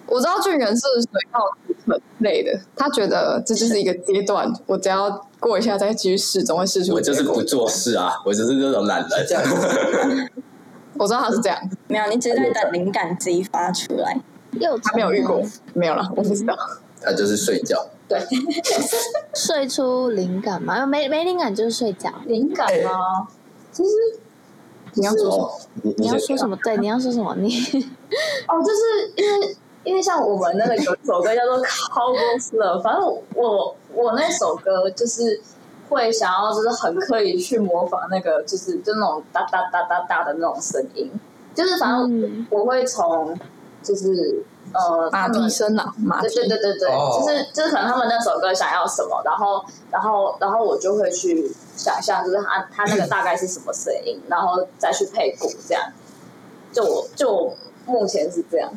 我知道俊仁是水到渠成类的，他觉得这就是一个阶段，我只要过一下再继续试，总会试出我就是结果不做事啊，我就是那种懒人 这。样我知道他是这样，没有，你只是在等灵感激发出来。又他没有遇过，没有了，我不知道。他就是睡觉，对，睡出灵感嘛，没没灵感就是睡觉。灵感哦，其实你要做什么？哦，你你要先说什么？对，你要说什么？你哦，就是因为因为像我们那个有一首歌叫做《Cowboys Love》，反正我我那首歌就是会想要就是很刻意去模仿那个就是就那种哒哒哒哒哒的那种声音，就是反正嗯我会从就是呃他马们蹄声啊，马蹄对对对对对，哦就是就是可能他们那首歌想要什么，然后然后然后我就会去想象，就是他他那个大概是什么声音，然后再去配鼓这样。就我就我目前是这样，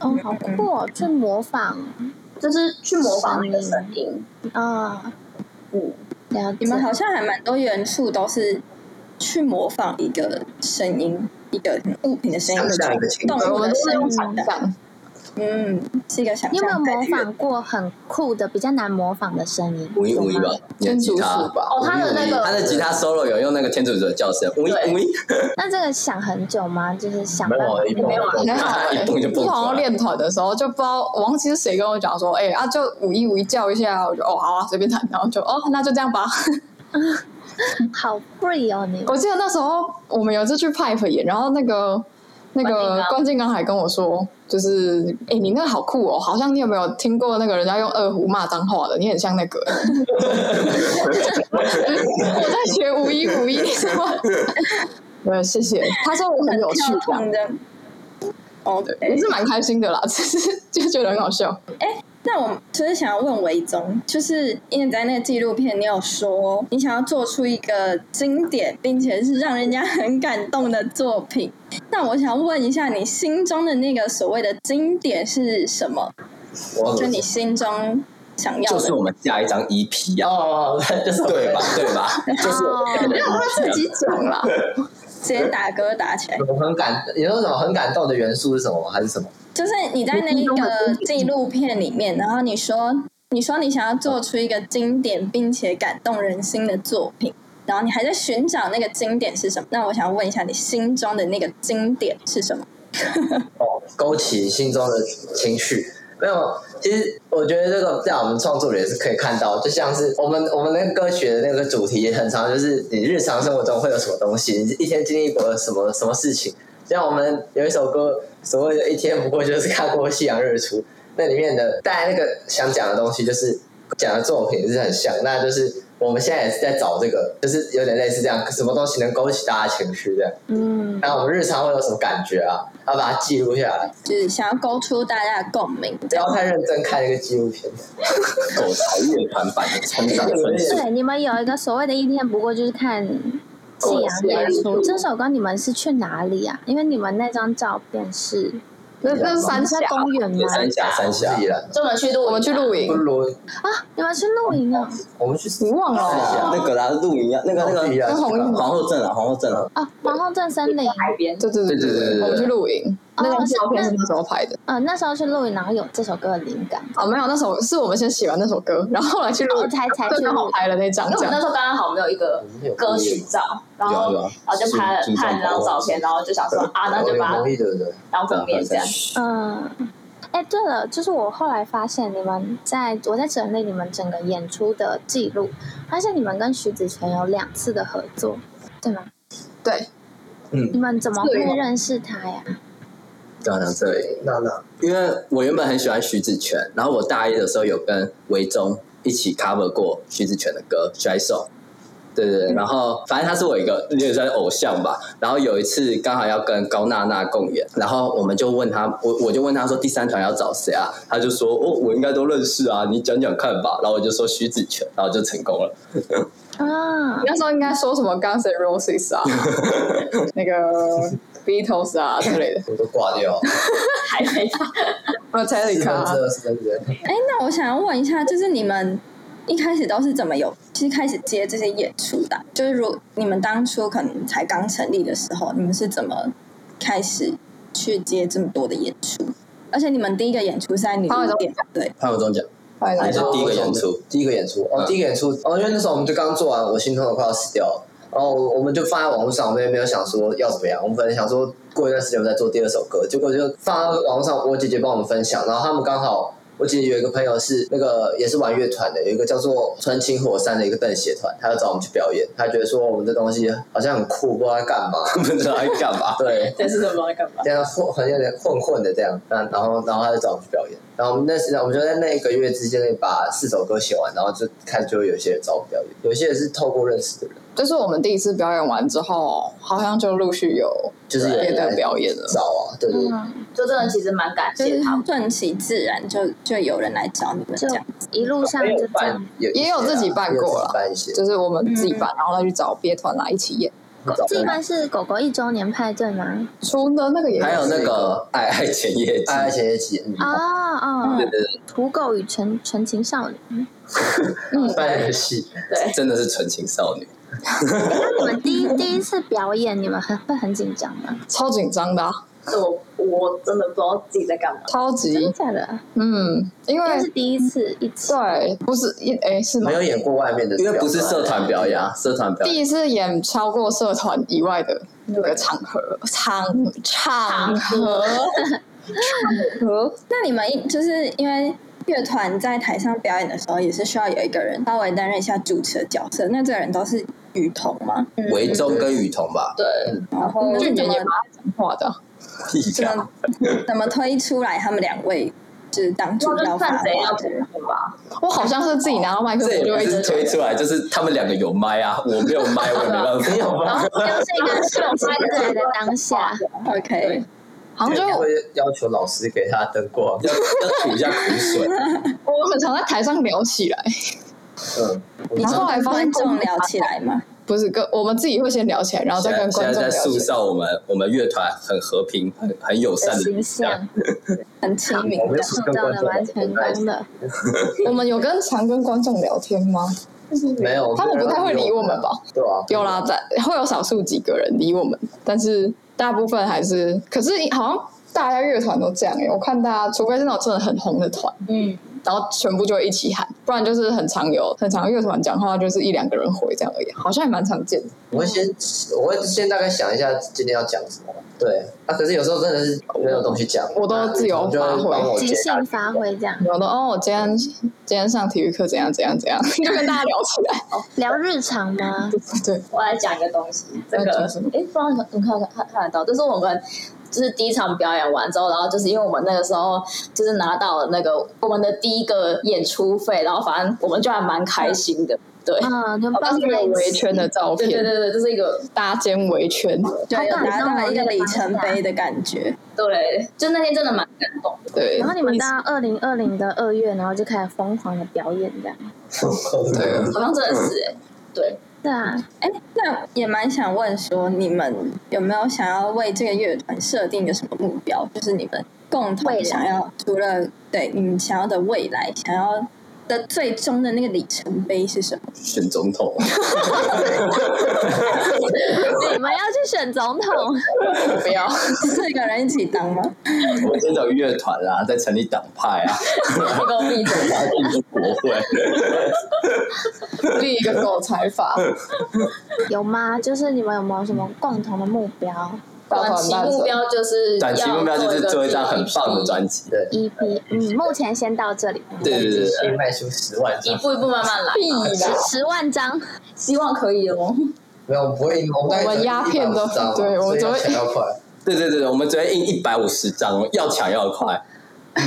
哦，好酷哦，去模仿就是去模仿那个嗯声音。啊，嗯，了解。你们好像还蛮多元素都是去模仿一个声音，一个物品的声音，想象一个情动况物我们的都是声用音想象，嗯，是一个想象。你有没有模仿过很酷的、比较难模仿的声音？五一五一吧有吗？，你的天吉竺他嗯鼠吧哦，他的那个他的吉他 solo 有用那个天竺鼠的叫声，五一对五一，那这个想很久吗？就是想没办有法啊，一蹦没有啊一蹦还好哎、哦一蹦就蹦出来自从要练团的时候，就不知道我忘记是谁跟我讲说，哎、啊，就五一五一叫一下，我就哦好啊，随便弹，然后就哦那就这样吧。好 free 哦，你我记得那时候我们有一次去 Pipe 演，然后那个那个关关敬刚还跟我说，就是哎、你那个好酷哦，好像你有没有听过那个人家用二胡骂脏话的？你很像那个。 我在学五一五一，什么？对，谢谢。他说我很有趣，这样痛的。哦，也对。是蛮开心的啦，只是就觉得很好笑。那我就是想要问维宗，就是因为在那个纪录片，你有说你想要做出一个经典，并且是让人家很感动的作品。那我想问一下，你心中的那个所谓的经典是什么？我哦就你心中想要就的？是我们下一张 EP 啊，哦， 就是我对吧？ 对吧？就是我们下一张 EP 啊讲啦，直接打歌打起来。我很感，你说什么很感动的元素是什么吗？还是什么？就是你在那个纪录片里面，然后你说你说你想要做出一个经典并且感动人心的作品，然后你还在寻找那个经典是什么？那我想问一下，你心中的那个经典是什么？哦，勾起心中的情绪。没有，其实我觉得这个在我们创作里也是可以看到，就像是我们我们那个歌曲的那个主题也很常，就是你日常生活中会有什么东西，你一天经历过什么什么事情。像我们有一首歌，所谓的一天不过就是看过夕阳日出，那里面的大家那个想讲的东西，就是讲的作品是很像，那就是我们现在也是在找这个，就是有点类似这样，什么东西能勾起大家情绪这样。嗯，然后我们日常会有什么感觉啊？要把它记录下来。就是想要勾出大家的共鸣，不要太认真看一个纪录片，狗才乐团版的冲上春 树，对，你们有一个所谓的一天，不过就是看夕哦阳日出。这首歌你们是去哪里啊？因为你们那张照片是那那是你三啊们下在，公园吗也？三峡三峡自，己了。专门去录，我们去露不营，如啊，你们去露营啊？我们去你忘三了？哦哦峡，那个啦，露营啊，那个那自己个啊跟红衣皇后镇啊，皇后镇啊，哦，皇后镇森林。海边，对对对对对对对对我们去露营，哦那张照片是是那时候拍的。嗯，那时候去露营，然后有这首歌的灵感。哦，没有，那首是我们先写完那首歌，然后后来去录，哦才才去录就刚好拍了那张因为这我们那样。时候刚刚好没有一个歌曲照，然后有啊有啊然后就拍了是拍了那张照片，然后就想说啊，那就把它容易对不对？当封面这样。嗯，哎，对了，就是我后来发现你们在我在整理你们整个演出的记录，发现你们跟徐子泉有两次的合作，对吗？对，你们怎么是会吗认识他呀？讲到这里，那那因为我原本很喜欢徐子泉，然后我大一的时候有跟维中一起 cover 过徐子泉的歌《甩手》，对对嗯对，然后反正他是我一个也算偶像吧。然后有一次刚好要跟高娜娜共演，然后我们就问他，我我就问他说第三团要找谁啊？他就说哦，我应该都认识啊，你讲讲看吧。然后我就说徐子泉，然后就成功了。啊你，那时候应该说什么 Guns N' Roses 啊，那个 Beatles 啊之类的我都挂 掉，还没到，四，Metallica 分啊之。二是真的。哎，那我想要问一下，就是你们一开始都是怎么有，就是开始接这些演出的啊？就是如你们当初可能才刚成立的时候，你们是怎么开始去接这么多的演出？而且你们第一个演出是在女他们巫都店，对，潘伟忠讲，还拜拜是第一个演出，第一个演出哦，嗯第一个演出哦，因为那时候我们就刚做完，我心痛的快要死掉了。然后我们就放在网络上，我们也没有想说要怎么样。我们本来想说过一段时间我们再做第二首歌，结果就放在网络上，我姐姐帮我们分享，然后他们刚好我记得有一个朋友是那个也是玩乐团的，有一个叫做纯情火山的一个邓协团，他要找我们去表演，他觉得说我们这东西好像很酷，不知道在干嘛。 不知道在干嘛。对，这是什么干嘛？这样混好像有点混混的这样，那然后然后他就找我们去表演，然后我们那时我们就在那一个月之间内把四首歌写完，然后就看就有些人找我们表演，有些人是透过认识的人，就是我们第一次表演完之后，好像就陆续有就是有别人的来表演了。找啊，对对对，嗯，就真的其实蛮感就谢是他们，顺其自然就就有人来找你们这就样。一路上也就有这样办，有也有自己办过了啦，办一些，就是我们自己办，然后再去找别团来一起演。找这一般是狗狗一周年派对吗？除了那个也还有那个爱爱前夜爱爱前夜集，嗯哦哦对，对对，土狗与纯纯情少女。嗯办游戏，对，真的是纯情少女，那你们第一第一次表演，你们很会很紧张吗？超紧张的啊、这我我真的不知道自己在干嘛。超真的级假的？嗯，因因为是为第一次一起，对，不是一哎是吗没？有演过外面的，因为不是社团表演，啊，社团表第演一次演超过社团以外的那个场合，场场合场合，那你们一就是因为乐团在台上表演的时候，也是需要有一个人稍微担任一下主持的角色。那这个人都是雨桐吗？维中跟雨桐 吧，对，然后哦去怎年么也蛮爱讲话的，屁怎呀么 怎么推出来他们两位就是当主就要是发看谁啊话要的人？补吧，我好像是自己拿到麦克这风也就不会一直是推出来，就是他们两个有麦啊，我没有麦，我也没办法。没有啊吧？就是一个顺其自然的当 下。 OK，好像就会要求老师给他啊灯光，要要吐一下苦水，我们很常在台上聊起来，嗯，你然后说后来跟发现观众聊起来吗？不是跟我们自己会先聊起来，然后再跟现观在众在聊起塑来。造我们我们乐团很和平、很很友善的形象，很亲民我们的，是塑跟造观的众蛮成功的。我们有跟常跟观众聊天吗？嗯没有，他们不太会理我们吧？对啊， 有啦，在会有少数几个人理我们，但是大部分还是，可是好像大家乐团都这样哎、我看大家，除非是那种真的很红的团，嗯，然后全部就会一起喊，不然就是很常有很常乐团讲话就是一两个人回这样而已，好像也蛮常见的。我会先，我会先大概想一下今天要讲什么。对，啊，可是有时候真的是没有东西讲，啊我都自由发挥就帮我即接下兴发挥这样，有的哦，我今天今天上体育课怎样怎样怎 样，就跟大家聊起来。聊日常吗？对，我来讲一个东西，这那个讲什么哎，不知道你们看看看得到，就是我们就是第一场表演完之后，然后就是因为我们那个时候就是拿到了那个我们的第一个演出费，然后反正我们就还蛮开心的，对，嗯，就那抱是一在个一围起。圈的照对对片，对对，这是一个搭肩围圈，就有好感达动哦到一个那个里当下程碑的感觉。对，就那天真的蛮感动的，对。然后你们到二零二零的二月，然后就开始疯狂的表演这样。对，好像真的是哎、对，对 啊，哎，那也蛮想问说，你们有没有想要为这个乐团设定一个什么目标？就是你们共未同来想要，除了对你们想要的未来，想要的最终的那个里程碑是什么？ 选总统，啊你们要去选总统，不要，四个人一起当吗？我们先找乐团啦，再成立党派啊，不够闭 嘴，然后进入国会。立一个狗财法， 有吗？就是你们有没有什么共同的目标大短团期大目标就是短期目标就是做一张很棒的辑，专辑， ？EP，嗯，目前先到这里，对对对对先卖出十万一张，步一步慢慢来，屁啦！十万张。希望可以哦。没有，我们不会，我们大概我们鸦片都150张 对我 们所以只会 要抢到快。对对对对，我们昨天印一百五十张，要抢要快。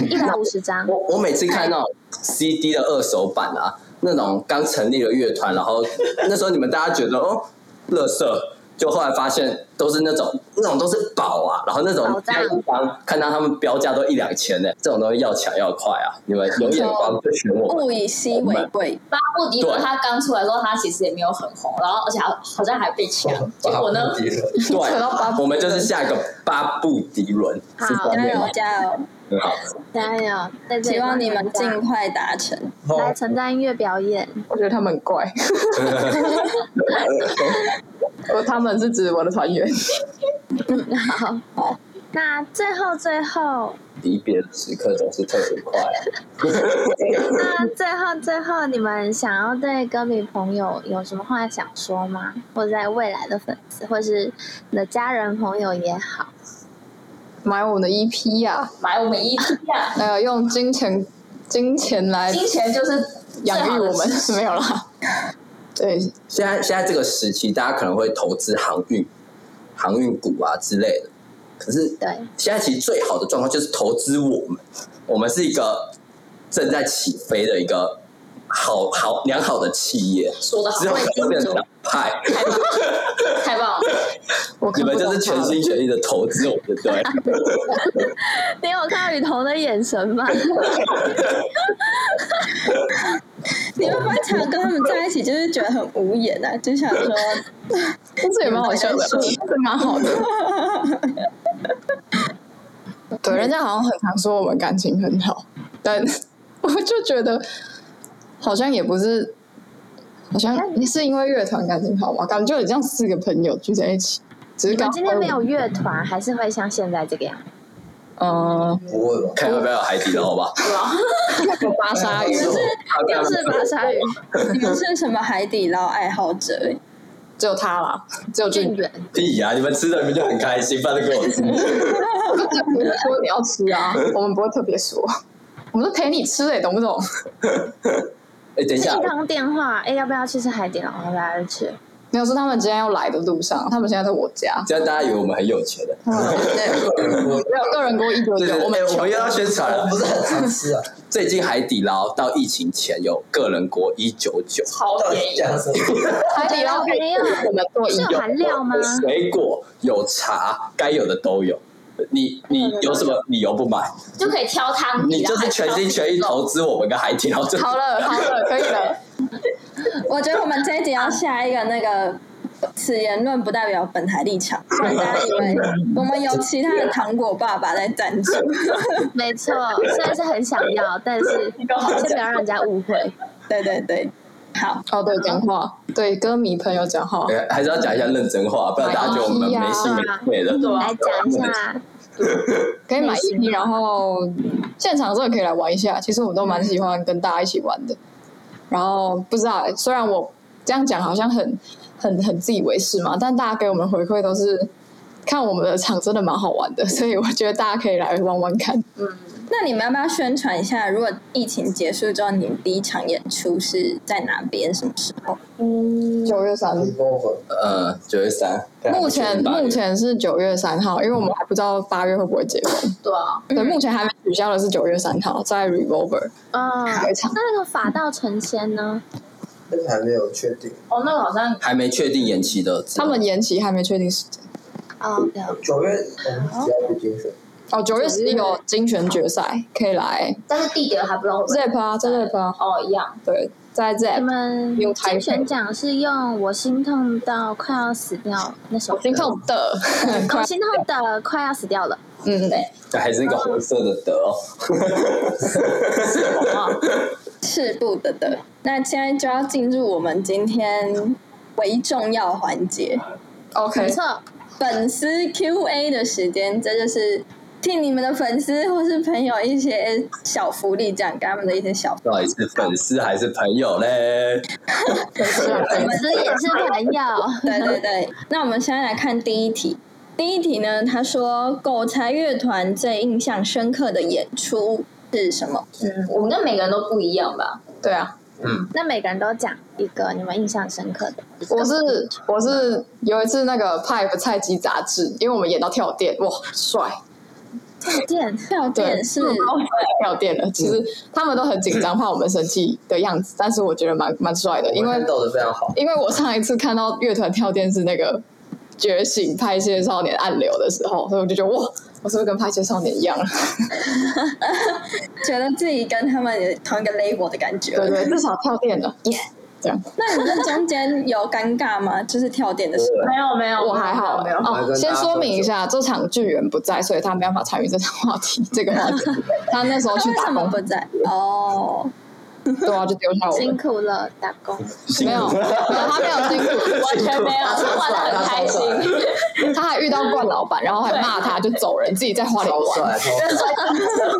一 百五十张，我我每次看那种 CD 的二手版啊，那种刚成立的乐团，然后那时候你们大家觉得哦，乐色，就后来发现都是那种那种都是宝啊，然后那种宝藏那一张看到他们标价都一两千呢、这种东西要抢要快啊！你们有眼光就选我们，物以稀为贵，巴布迪伦对他刚出来的时候，他其实也没有很红，然后而且好好像还被抢，结果呢，对啊扯 到巴，布我们就是下一个巴布迪伦，好是这加样油吗加油！很好，加油！在这里希望你们帮大家尽快达成。然后来承担音乐表演，我觉得他们 很怪。 我他们是指我的 团员，好，那最后最后，离别的时刻总是特别快啊。那最后最后，你们想要对歌迷朋友有什么话想说吗？或者在未来的粉丝，或是你的家人朋友也好，买我们的 EP 呀、 买我们 EP 啊，呃，用金钱金钱来金钱就是最养好育的我们事情，没有啦。对，现在现在这个时期，大家可能会投资航运、航运股啊之类的。可是对，现在其实最好的状况就是投资我们，我们是一个正在起飞的一个好好良好的企业，说的好之，后我也可这能么变成说，派。太棒了，太棒了！我你看们不就懂啊是全他心全意的投资我们，对，你有看到雨桐的眼神吗？你们班常跟他们在一起，就是觉得很无言啊，就想说，但是也蛮好笑的，是蛮好的。对，人家好像很常说我们感情很好，但 我就觉得好像也不是，好像是因为乐团感情好嘛，感觉有这样四个朋友聚在一起，只是你们刚今天没有乐团，还是会像现在这个样？嗯，不会吧？看要不要有海底捞吧。有巴沙 鱼，又是巴沙鱼，你们是什么海底捞爱好者欸？只有他啦，只有俊俊宇。远，屁呀、你们吃的你们就很开心，反正给我吃。 你们说你要吃啊，我们不会特别说，我们都陪你吃哎、懂不懂？哎、等一一 下，通电话，哎，要不要去吃海底捞？要不要去？没有是他们今天要来的路上，他们现在在我家。这样大家以为我们很有钱的。我没有个人给我一九对九，对，我们哎我穷们又要宣传了我。不是很常吃啊，最近海底捞到疫情前有个人锅一九九，超到便底宜，讲什么？海底捞可以跟我们做一是有样，含料吗有？水果有茶，该有的都有。你你有什么理由不啊买？就可以挑汤底，你就然后是还全心全意挑投资我们跟海底捞。这 好了好了，可以了。我觉得我们这一集要下一个那个，此言论不代表本台立场，不然大家以为我们有其他的糖果爸爸在赞助。没错，虽然是很想要，但是先不要让人家误会。对对对，好， 哦，对，讲话，对歌迷朋友讲话，哎还是要讲一下认真话，不然大家觉得我们没心没肺的。对啊来讲一下，可以买一批，然后现场真的可以来玩一下。其实我都蛮喜欢跟大家一起玩的。然后不知道，虽然我这样讲好像很很很自以为是嘛，但大家给我们回馈都是看我们的场真的蛮好玩的， 所以我觉得大家可以来玩玩看。那你们要不要宣传一下？如果疫情结束之后，你们第一场演出是在哪边？什么时候？九月三日你。跟我混呃，九月三，目前八月目前是九月三号，因为我们还不知道八月会不会结婚。对啊，对，目前还没取消的是九月三号，在 Revolver 哦，有一场。那那个法道成仙呢？但是还没有确定，哦，那个好像还没确定延期的，他们延期还没确定时间。哦，对，九月我们只要去精选，哦，九月十一有精选决赛，可以来但是地点还不知道会不会 Zep 啊，在 Zep 啊，哦一样，对，在你 Zep。们用台北竞选奖是用我心痛到快要死掉那首我歌，心痛嗯的， 我心痛的快要死掉了。嗯，还是那个红色的德哦。是不得的。那现在就要进入我们今天为重要环节没 OK，错，粉丝 Q&A 的时间，这就是替你们的粉丝或是朋友一些小福利，这样给他们的一些小福利。到底是粉丝还是朋友嘞？粉丝也是朋友。对对对，那我们现在来看第一题。第一题呢，他说狗才乐团最印象深刻的演出是什么？嗯，我们跟每个人都不一样吧，对啊，那每个人都讲一个你们印象深刻的。我是我是有一次那个 Pipe 菜鸡杂志，因为我们演到跳电，哇，帅，跳电，跳对，电是然后跳电了。其实他们都很紧张，怕我们生气的样子，但是我觉得蛮蛮帅的，因为斗的非常好，因为我上一次看到乐团跳电是那个觉醒拍谢少年暗流的时候，所以我就觉得哇，我是不是跟拍谢少年一样？觉得自己跟他们有同一个 label 的感觉。对 对，至少跳电了，耶、这样那你们中间有尴尬吗？就是跳电的时候，没有没有，我还好没有，没有哦。先说明一下，这场剧员不在，所以他没办法参与这场话题。这个话 题，他那时候他去为什打么工不，在？哦，对啊，就丢下我辛们。苦了，打工。没有，没有，他没有辛苦， 完全没有，他玩的很开心，他还遇到冠老板，然后还骂他，就走人，自己在花莲超 玩。帅，啊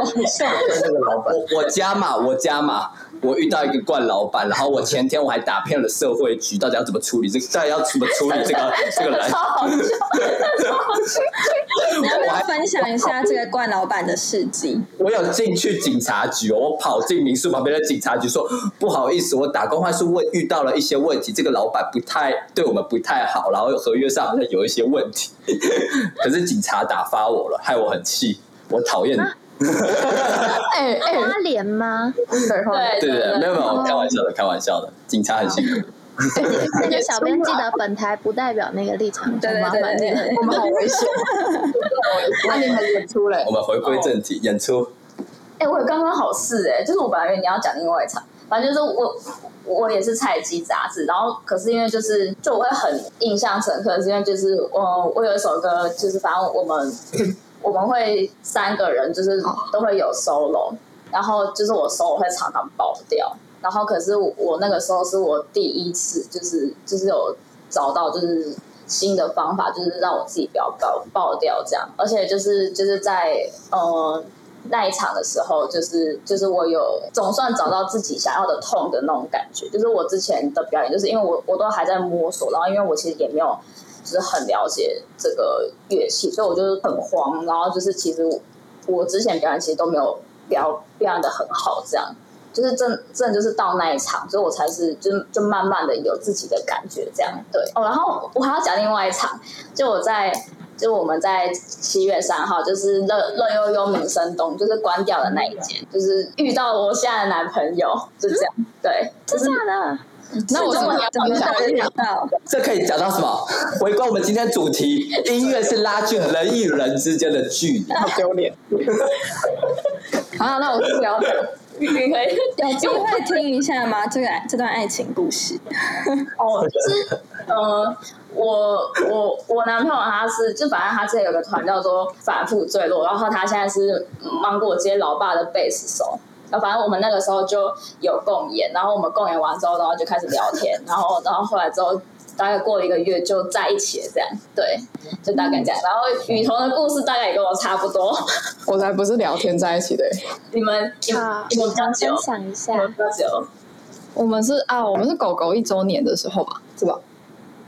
超帅，好笑跟那个老板我我加码，我加码，我遇到一个惯老板，然后我前天我还打遍了社会局，到底要怎么处理这个，到底要怎么处理这个这个人？超好笑，你要不我要还分享一下这个冠老板的事迹？我有进去警察局哦，我跑进民宿旁边的警察局说：“不好意思，我打工换宿问遇到了一些问题，这个老板不太对我们不太好，然后合约上好像有一些问题。” 可是警察打发我了，害我很气，我讨厌。哎哎，花莲吗？对哎话对对对对，没有没有，哦我开玩笑的，开玩笑的，警察很辛苦。 那个小编记得，本台不代表那个立场，对对麻对烦对你。对，我们好危 险。那你们演出嘞我？们回归正题，演出哎、我有刚刚好事哎、就是我本来以为你要讲另外一场，反正就是我我也是菜鸡杂志，然后可是因为就是就我会很印象深刻，是因为就是我我有一首歌，就是反正我们我们会三个人就是都会有 solo，然后就是我 solo 会常常爆掉，然后可是我我那个时候是我第一次就是就是有找到就是。新的方法就是让我自己不要爆爆掉这样，而且就是就是在呃那一场的时候，就是就是我有总算找到自己想要的痛的那种感觉。就是我之前的表演，就是因为我我都还在摸索，然后因为我其实也没有就是很了解这个乐器，所以我就是很慌。然后就是其实我我之前表演其实都没有表表演的很好，这样就是真真的就是到那一场，所以我才是就就慢慢的有自己的感觉这样。对哦，然后我还要讲另外一场，就我在就我们在七月三号，就是乐乐悠悠民生东，就是关掉的那一间，就是遇到我现在的男朋友，就这样。对，是假的，那我怎怎么么怎么分享会遇到？这可以讲到什么？ 回归我们今天主题，音乐是拉近人与人之间的距离。好丢脸。啊，那我不要讲，你可以有机会听一下吗？这个这段爱情故事，哦，就是呃，我我我男朋友他是，就反正他之前有个团叫做反复坠落，然后他现在是芒果街老爸的贝斯手。然后反正我们那个时候就有共演，然后我们共演完之后，然后就开始聊天，然后然后后来之后大概过了一个月就在一起了，这样对，就大概这样。然后雨桐的故事大概也跟我差不多，我才不是聊天在一起的欸，你们你们 啊你们比较分久，享一下你。们比较久，我们是啊，我们是狗狗一周年的时候吧，是吧？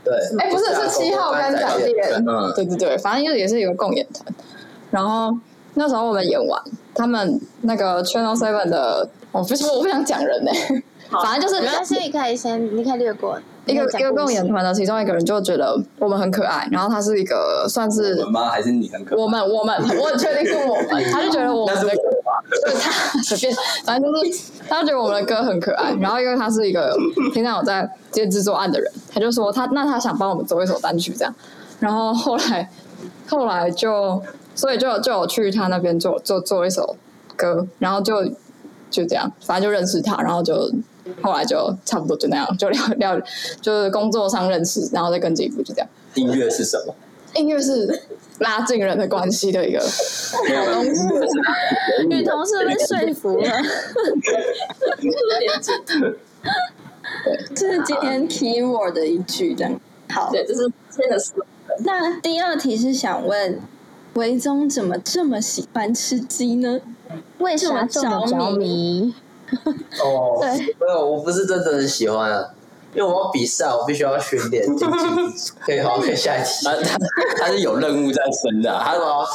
对，啊哎，不是，是七号跟展店。嗯，对对对，反正就也是有个共演团。然后那时候我们演完，他们那个 Channel Seven 的，我不我不想讲人呢、好反正就是没关系，你可以先，你可以略过。一个你可以一个讲故共事演团的其中一个人就觉得我们很可爱，然后他是一个算我是们吗？还是你很可怕？ 我们我们我很确定是我们，他就觉得我那们是的我吧？就是他随便，反正就是他觉得我们的歌很可爱，然后因为他是一个平常有在接制作案的人，他就说他那他想帮我们做一首单曲这样，然后后来后来就所以就就有去他那边做做做一首歌，然后就就这样，反正就认识他，然后就后来就差不多就那样，就聊聊就是工作上认识，然后再跟进一步就这样。音乐是什么？音乐是拉近人的关系的一个没有东西。雨桐是被 说服了，这是今天 keyword 的一句，这样。好，对，就是真的是那第二题是想问，维宗怎么这么喜欢吃鸡呢？为啥这么着迷？哦，对没有，我不是真正的喜欢啊，因为我要比赛，我必须要训练，竞技自己可以好，可以下一 题。他他他是有任务在身的，啊还他有吗？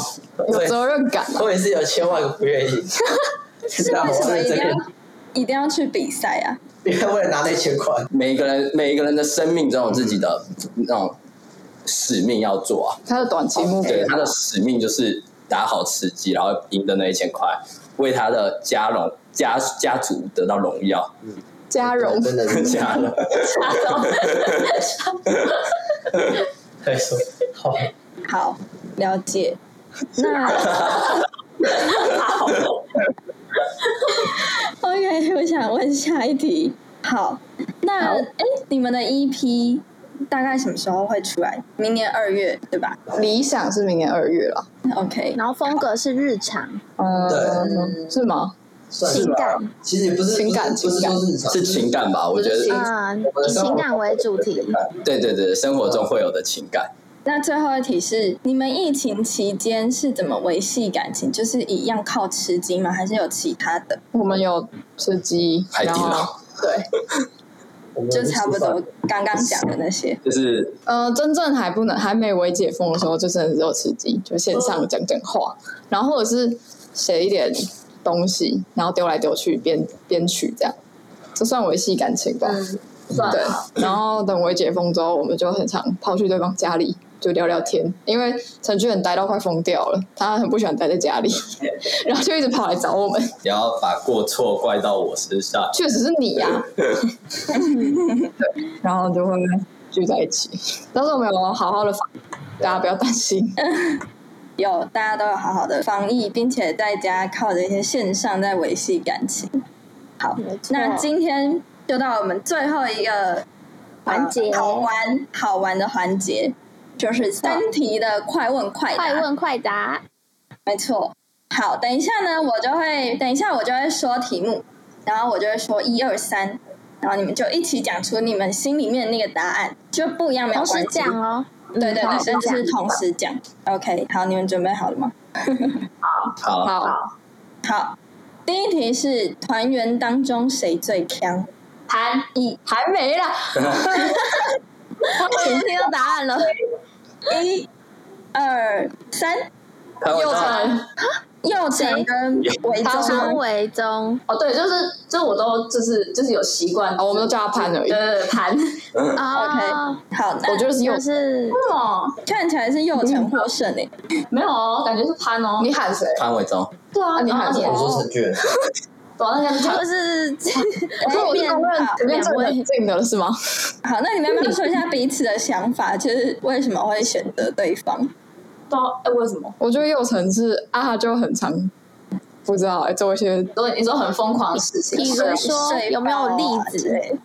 有我责任感啊，我也是有千万个不 愿意， 是为什么一定真啊要的一定要去比赛啊？因 为为了拿那千块，每一个人每一个人的生命都有自己的那种使命要做啊。他的短期目标。对，他的使命就是打好吃鸡，然后赢得那一千块，为他的家荣家家族得到荣耀。加绒真的是家 荣，差到可以说好。好，了解。那 OK，我想问下一题。好，那哎，你们的 EP 大概什么时候会出来？明年二月对吧理想是明年二月了， ？OK，然后风格是日常嗯，是吗？算是情吧感其实也不是情感不是不是情感说日常，是情感吧？我觉得，啊，我们以生活情感为主题。对对对，生活中会有的情感。那最后一题是，你们疫情期间是怎么维系感情？就是一样靠吃鸡吗？还是有其他的？我们有吃鸡，海底然后捞对，我们就差不多刚刚讲的那些。就是呃，真正还不能还没微解封的时候，就真的只有吃鸡，就线上讲讲话，然后或者是写一点东西，然后丢来丢去编编曲这样，这算维系感情吧？嗯，算对了，，然后等我解封之后，我们就很常跑去对方家里就聊聊天，因为程序员待到快疯掉了，他很不喜欢待在家 里，然后就一直跑来找我们。不要把过错怪到我身上。确实是你呀、对，然后就会聚在一起。但是我们有好好的防，大家不要担心。有，大家都有好好的防疫，并且在家靠着一些线上在维系感情。好，那今天就到我们最后一个呃环节好玩好玩的环节，就是三题的快问快答。快问快答，没错。好，等一下呢，我就会等一下我就会说题目，然后我就会说一二三，然后你们就一起讲出你们心里面那个答案，就不一样没有同关时系。讲哦。对对嗯对，同时但就是讲同时讲。OK，好，你们准备好了吗？好，好，好，第一题是团员当中谁最强？韩一，还没啦，我已经听到答案了。一、二、三，台湾又大成右成跟维他说中张。维忠，哦，对，就是就是我都就是就是有习惯，哦，我们都叫他潘而已对。对对潘，为哦 OK，好，那我觉得是就又，是什么？看起来是右成欸获胜诶。没有哦，感觉是潘哦。你喊谁？潘伟忠，对啊，啊你然后喊什么我你说陈俊，对啊，那个就潘是可我是面公认好里面最冷静的了，是吗？好，那你们要不要说一下彼此的想法？就是为什么会选择对方？对啊，哎，为什么？我觉得又成是啊，他就很常不知道哎、做一些如果你说很疯狂的事情，比如对啊说有没有例子对，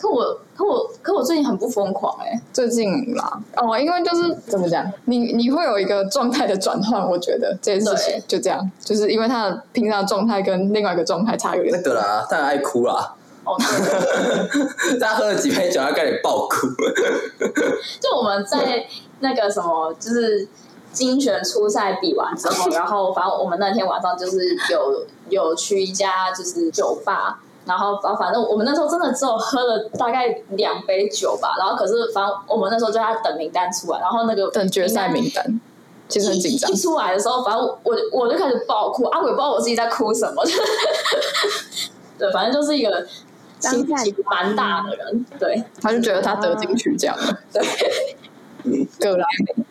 可我可我可我最近很不疯狂哎、最近啦，哦，因为就是怎么讲，你你会有一个状态的转换，我觉得这件事情就这样，就是因为他的平常的状态跟另外一个状态差有那点。个啦，当然爱哭啦。 哦，对，大家喝了几杯酒，他开始爆哭。就我们在那个什么，就是精选初赛比完之后，然后反正我们那天晚上就是有有去一家就是酒吧。然后反反正我们那时候真的只有喝了大概两杯酒吧，然后可是反正我们那时候就在等名单出来，然后那个等决赛名单，其实很紧张一一。出来的时候，反正我我我就开始爆哭，阿鬼不知道我自己在哭什么。 对，反正就是一个心当下情蛮大的嗯人，对。他就觉得他得金曲奖了。啊 对，葛莱美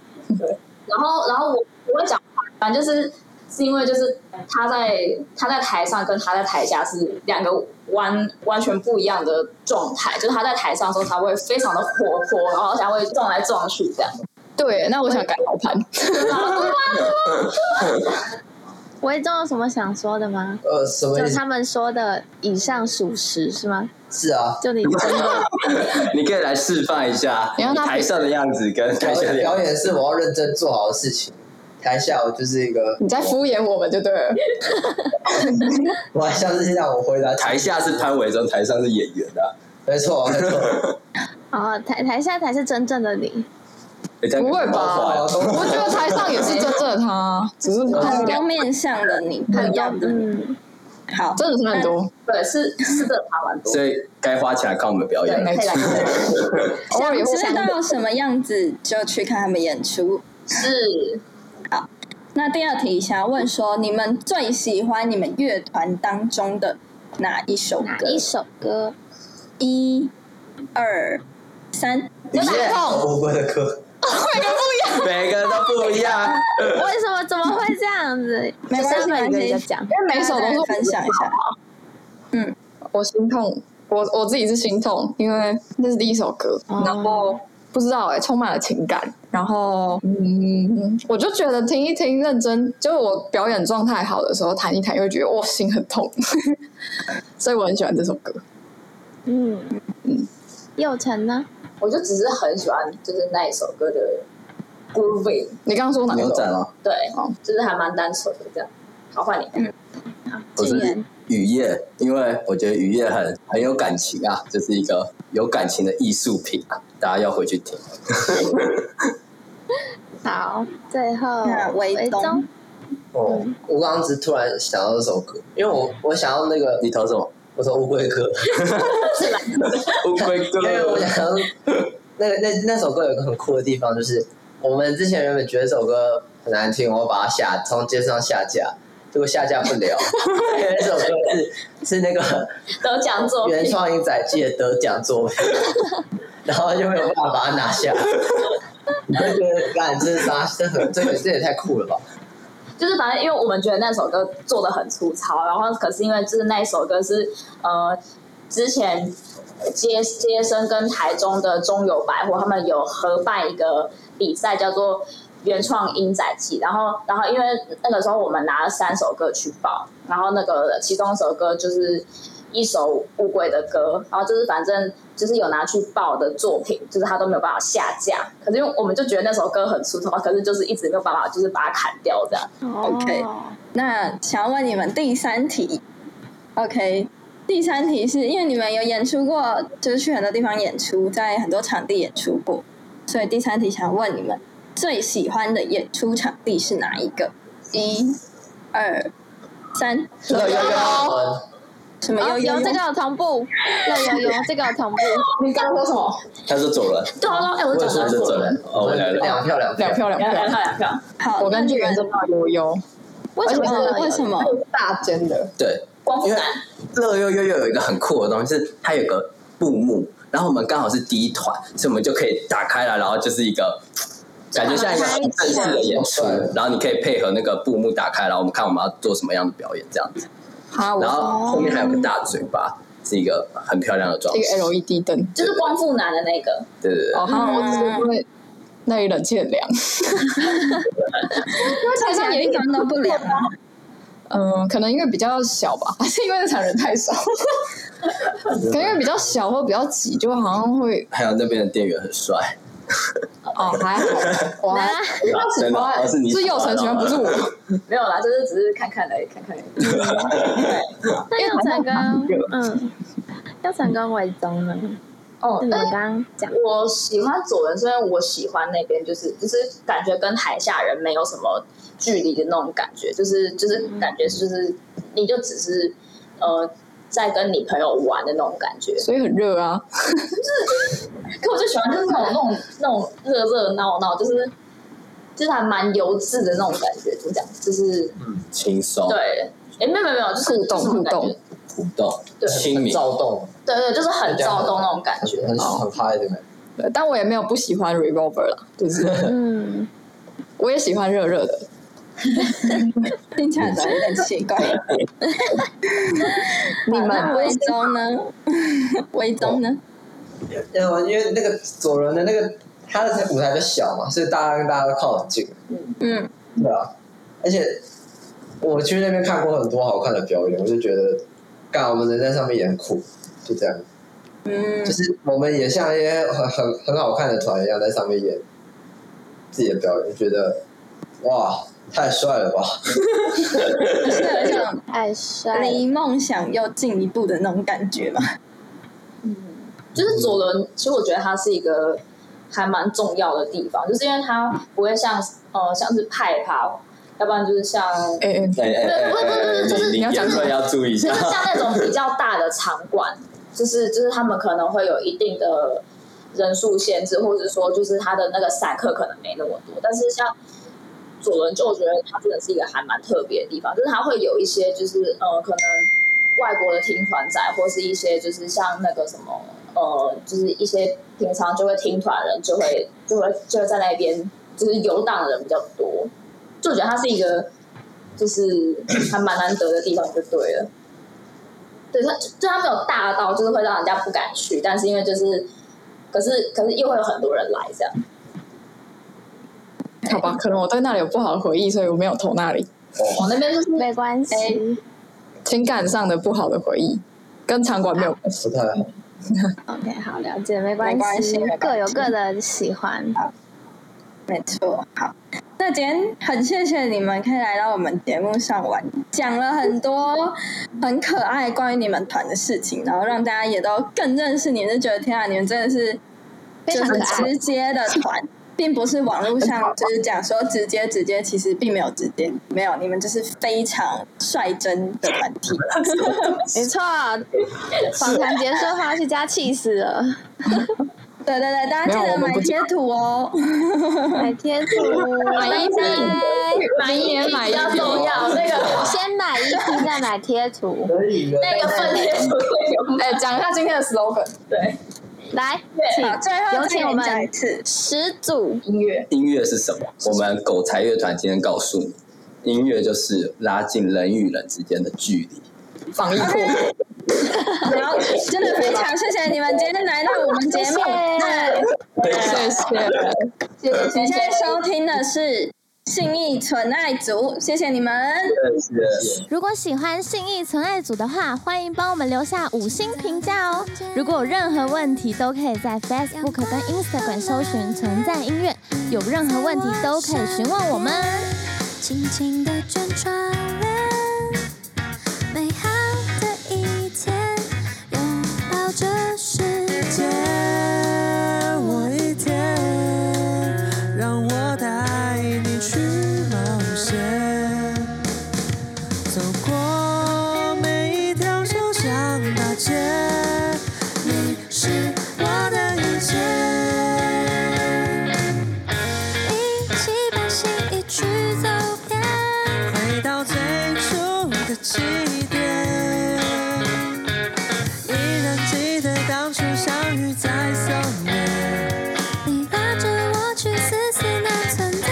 然后，然后我我会讲，反正就是是因为就是他在他在台上跟他在台下是两个完完全不一样的状态，就是他在台上的时候他会非常的活泼，然后他会撞来撞去这样。对，那我想改好盘。维忠有什么想说的吗？呃，什么就意思他？们说的以上属实是吗？是啊，就你真的 你可以来示范一下你让他台上的样子跟台表下的演样子。表演是我要认真做好的事情，台下我就是一个，你在敷衍我们就对了。我还像是让我回答台下是潘伟忠，台上是演员啊的。没错没错，哦，台台下才是真正的你。诶这样不会吧爆火啊 我觉得台上也是真正的他，啊只是很他多两面向的你不一样的。嗯，好，真的是很多，对，是是真的差蛮多。所以该花钱来看我们表演对，了。可以来看。偶尔也会知道什么样子就去看他们演出。是那第二题想要问说，你们最喜欢你们乐团当中的哪一首哪歌？一首歌？一、二、三，雨夜痛乌龟的歌，每个人都不一样。为什么怎么会这样子？嗯 没关系就是每个人在讲因。为每首都大是家分享一下。我心痛，我我自己是心痛，因为那是第一首歌，哦然后不知道哎、充满了情感，然后嗯，我就觉得听一听，认真，就是我表演状态好的时候弹一弹，又会觉得哇心很痛， 所以我很喜欢这首歌。嗯嗯，佑成呢？我就只是很喜欢，就是那一首歌的 grooving，你刚刚说哪一牛首？仔吗？对哦，就是还蛮单纯的这样。好，换你。我纪是元雨夜，因为我觉得雨夜很很有感情啊，就是一个有感情的艺术品啊，大家要回去听。好，最后那维东宗哦，我刚刚只是突然想到这首歌，因为我我想要那个，你投什么？我说乌龟歌，乌 Oh 龟哥因为我想要那个那那首歌有一个很酷的地方，就是我们之前原本觉得这首歌很难听，我把它下从街上下架，结果下架不了，因为这首歌是是那个得奖作原品，创音仔记的得奖作品，然后就没有办法把它拿下。你就觉得干这是啥？这很这个这也太酷了吧！就是反正因为我们觉得那首歌做的很粗糙，然后可是因为就是那一首歌是呃之前接接生跟台中的中友百货他们有合办一个比赛，叫做原创音仔季，然后然后因为那个时候我们拿了三首歌去报，然后那个其中一首歌就是。一首乌龟的歌，然后就是反正就是有拿去报的作品，就是他都没有办法下架。可是因为我们就觉得那首歌很粗糙，可是就是一直没有办法，就是把它砍掉这样。 OK 哦那想要问你们第三题，OK，第三题是因为你们有演出过，就是去很多地方演出，在很多场地演出过，所以第三题想问你们最喜欢的演出场地是哪一个？一、二、三，有有有，嗯什么悠哦悠有这个有 同步，有有有这个有同步，你刚刚说什么？他说走了，对啊，哎、我我讲也错说了，是是走走了人，哦我来了两票两两票两两票票，两票，好，我跟那巨你们人真到悠悠，为而什且么是呢？为什么大间的，对，光因复为展乐悠悠又有一个很酷的东西，是它有个布幕，然后我们刚好是第一团，所以我们就可以打开来，然后就是一个。感觉像一个很正式的演出，然后你可以配合那个布幕打开，然后我们看我们要做什么样的表演这样子。哈，我然后后面还有个大嘴巴，是一个很漂亮的装一饰。个 LED 灯，就是光复男的那个，对对对，哦，哈，我只是因为那里冷气很凉，因为台上有一点都不凉啊，嗯，可能因为比较小吧， 还是因为那场人 太少，可能因为比较小或比较挤，就好像会还有那边的店员很帅，哦还好，我啊还真的，而是你哦是佑成喜欢，不是我， 没有啦，就是只是看看而已，看看 而已。那耀成跟嗯，耀成跟伟宗呢？哦我们刚刚讲呃我喜欢左人，虽然我喜欢那边，就是就是感觉跟台下人没有什么距离的那种感觉，就是就是感觉就是你就只是呃在跟你朋友玩的那种感觉。所以很热啊，可我就喜欢就是那种那种那种热热闹闹，就是就是还蛮油质的那种感觉，怎么讲？就是轻松对，哎、没有没有没有， 就是互动就是那种感觉互动互动、对亲民，躁动，对对，就是很躁动那种感 觉。很很嗨的感觉。对但我也没有不喜欢 Revolver 啦， 就是嗯，我也喜欢热热的，听起来怎么有点奇怪？你那们维宗呢？维宗呢？因为因为那个左轮的那个他的舞台比较小嘛，所以大家跟大家都靠很近，嗯，对啊。而且我去那边看过很多好看的表演，我就觉得，干我们人在上面也很酷，就这样。嗯，就是我们也像一些很很很好看的团一样，在上面演自己的表演，就觉得哇，太帅了吧！是有一种太帅了，离梦想又进一步的那种感觉嘛。 就是左轮，其实我觉得它是一个还蛮重要的地方，就是因为它不会像呃像是派趴，要不然就是像哎哎，哎哎哎哎，你言论要注意一就下是。像那种比较大的场馆，就是就是他们可能会有一定的人数限制，或者说就是他的那个散客可能没那么多。但是像左轮，就我觉得它真的是一个还蛮特别的地方，就是它会有一些就是呃可能外国的听团仔，或是一些就是像那个什么呃，就是一些平常就会听团人就会就会就会在那边就是游荡的人比较多，就我觉得它是一个。就是还蛮难得的地方，就对了。对他，就他没有大到就是会让人家不敢去，但是因为就是，可是可是又会有很多人来这样。好吧，可能我对那里有不好的回忆，所以我没有投那里，我、哦那边就是没关系。情感上的不好的回忆，跟场馆没有关系。不太好， OK，好，了解，没没关关系系没，关各有系各的喜欢。没错，好，那今天很谢谢你们可以来到我们节目上玩，讲了很多很可爱关于你们团的事情，然后让大家也都更认识你们，就觉得天啊，你们真的是非就常可是爱直接的团，并不是网络上就是讲说直接直接，其实并没有直接，没有，你们就是非常率真的团体。没错，访谈结束后他去家气死了，对对对，大家记没有得我们买不贴图哦。买贴图，买衣服，买衣服比 较重要。那个先买衣服再买贴图，可以的。那个份贴图会有买哎，讲一下今天 的 slogan，对，来，好，请最后有再请我演们讲一次。始祖音乐 音乐是什么？我们狗才乐团今天告诉你，音乐就是拉近人与人之间的距离。防疫裤。然后真的非常谢谢你们今天来到我们节目。那谢谢谢，谢你谢现在谢。收听的是信义纯爱组，谢谢你们。如果喜欢信义存爱组的话，欢迎帮我们留下五星评价哦。如果有任何问题，都可以在 Facebook 跟 Instagram 搜寻“存在音乐”，有任何问题都可以询问我们。轻轻地卷窗帘，美好的一天，拥抱这世界。借我一天，让我带你去冒险，走过每一条小巷大街，你是我的一切。一起把心意去走遍，回到最初的起点，依然记得当初相遇在松烟。你拉着我去撕撕那存在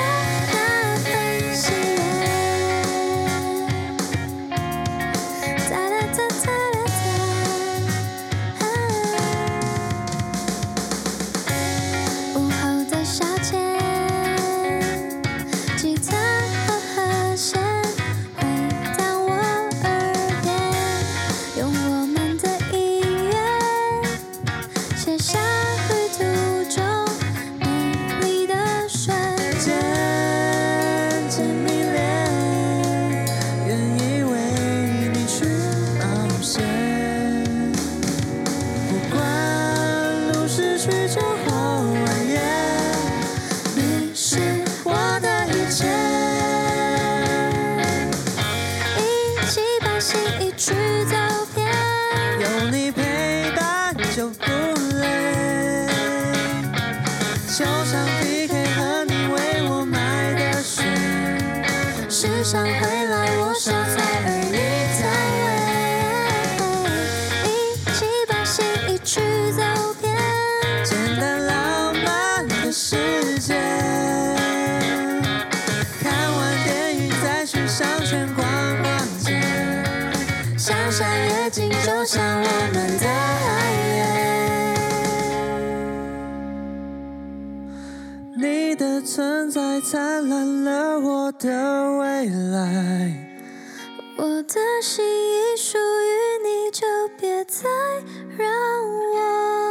那份喜悦。哒啦哒哒啦哒，午后的小街，吉他和和弦回荡我耳边，用我们的音乐。写下旅途中美丽的瞬间。渐渐迷恋，愿意为你去冒险。不管路是曲折或蜿蜒，你是我的一切。一起把心意去走遍，有你陪伴就不累，就像 PK 和你为我买的水。时常回来我手菜，而你在尾。一起把心意去走遍，简单浪漫的世界。看完电影再去商圈逛逛街，想象夜景就像我们的爱恋。你的存在灿烂了我的未来。我的心已属于你，就别再让我。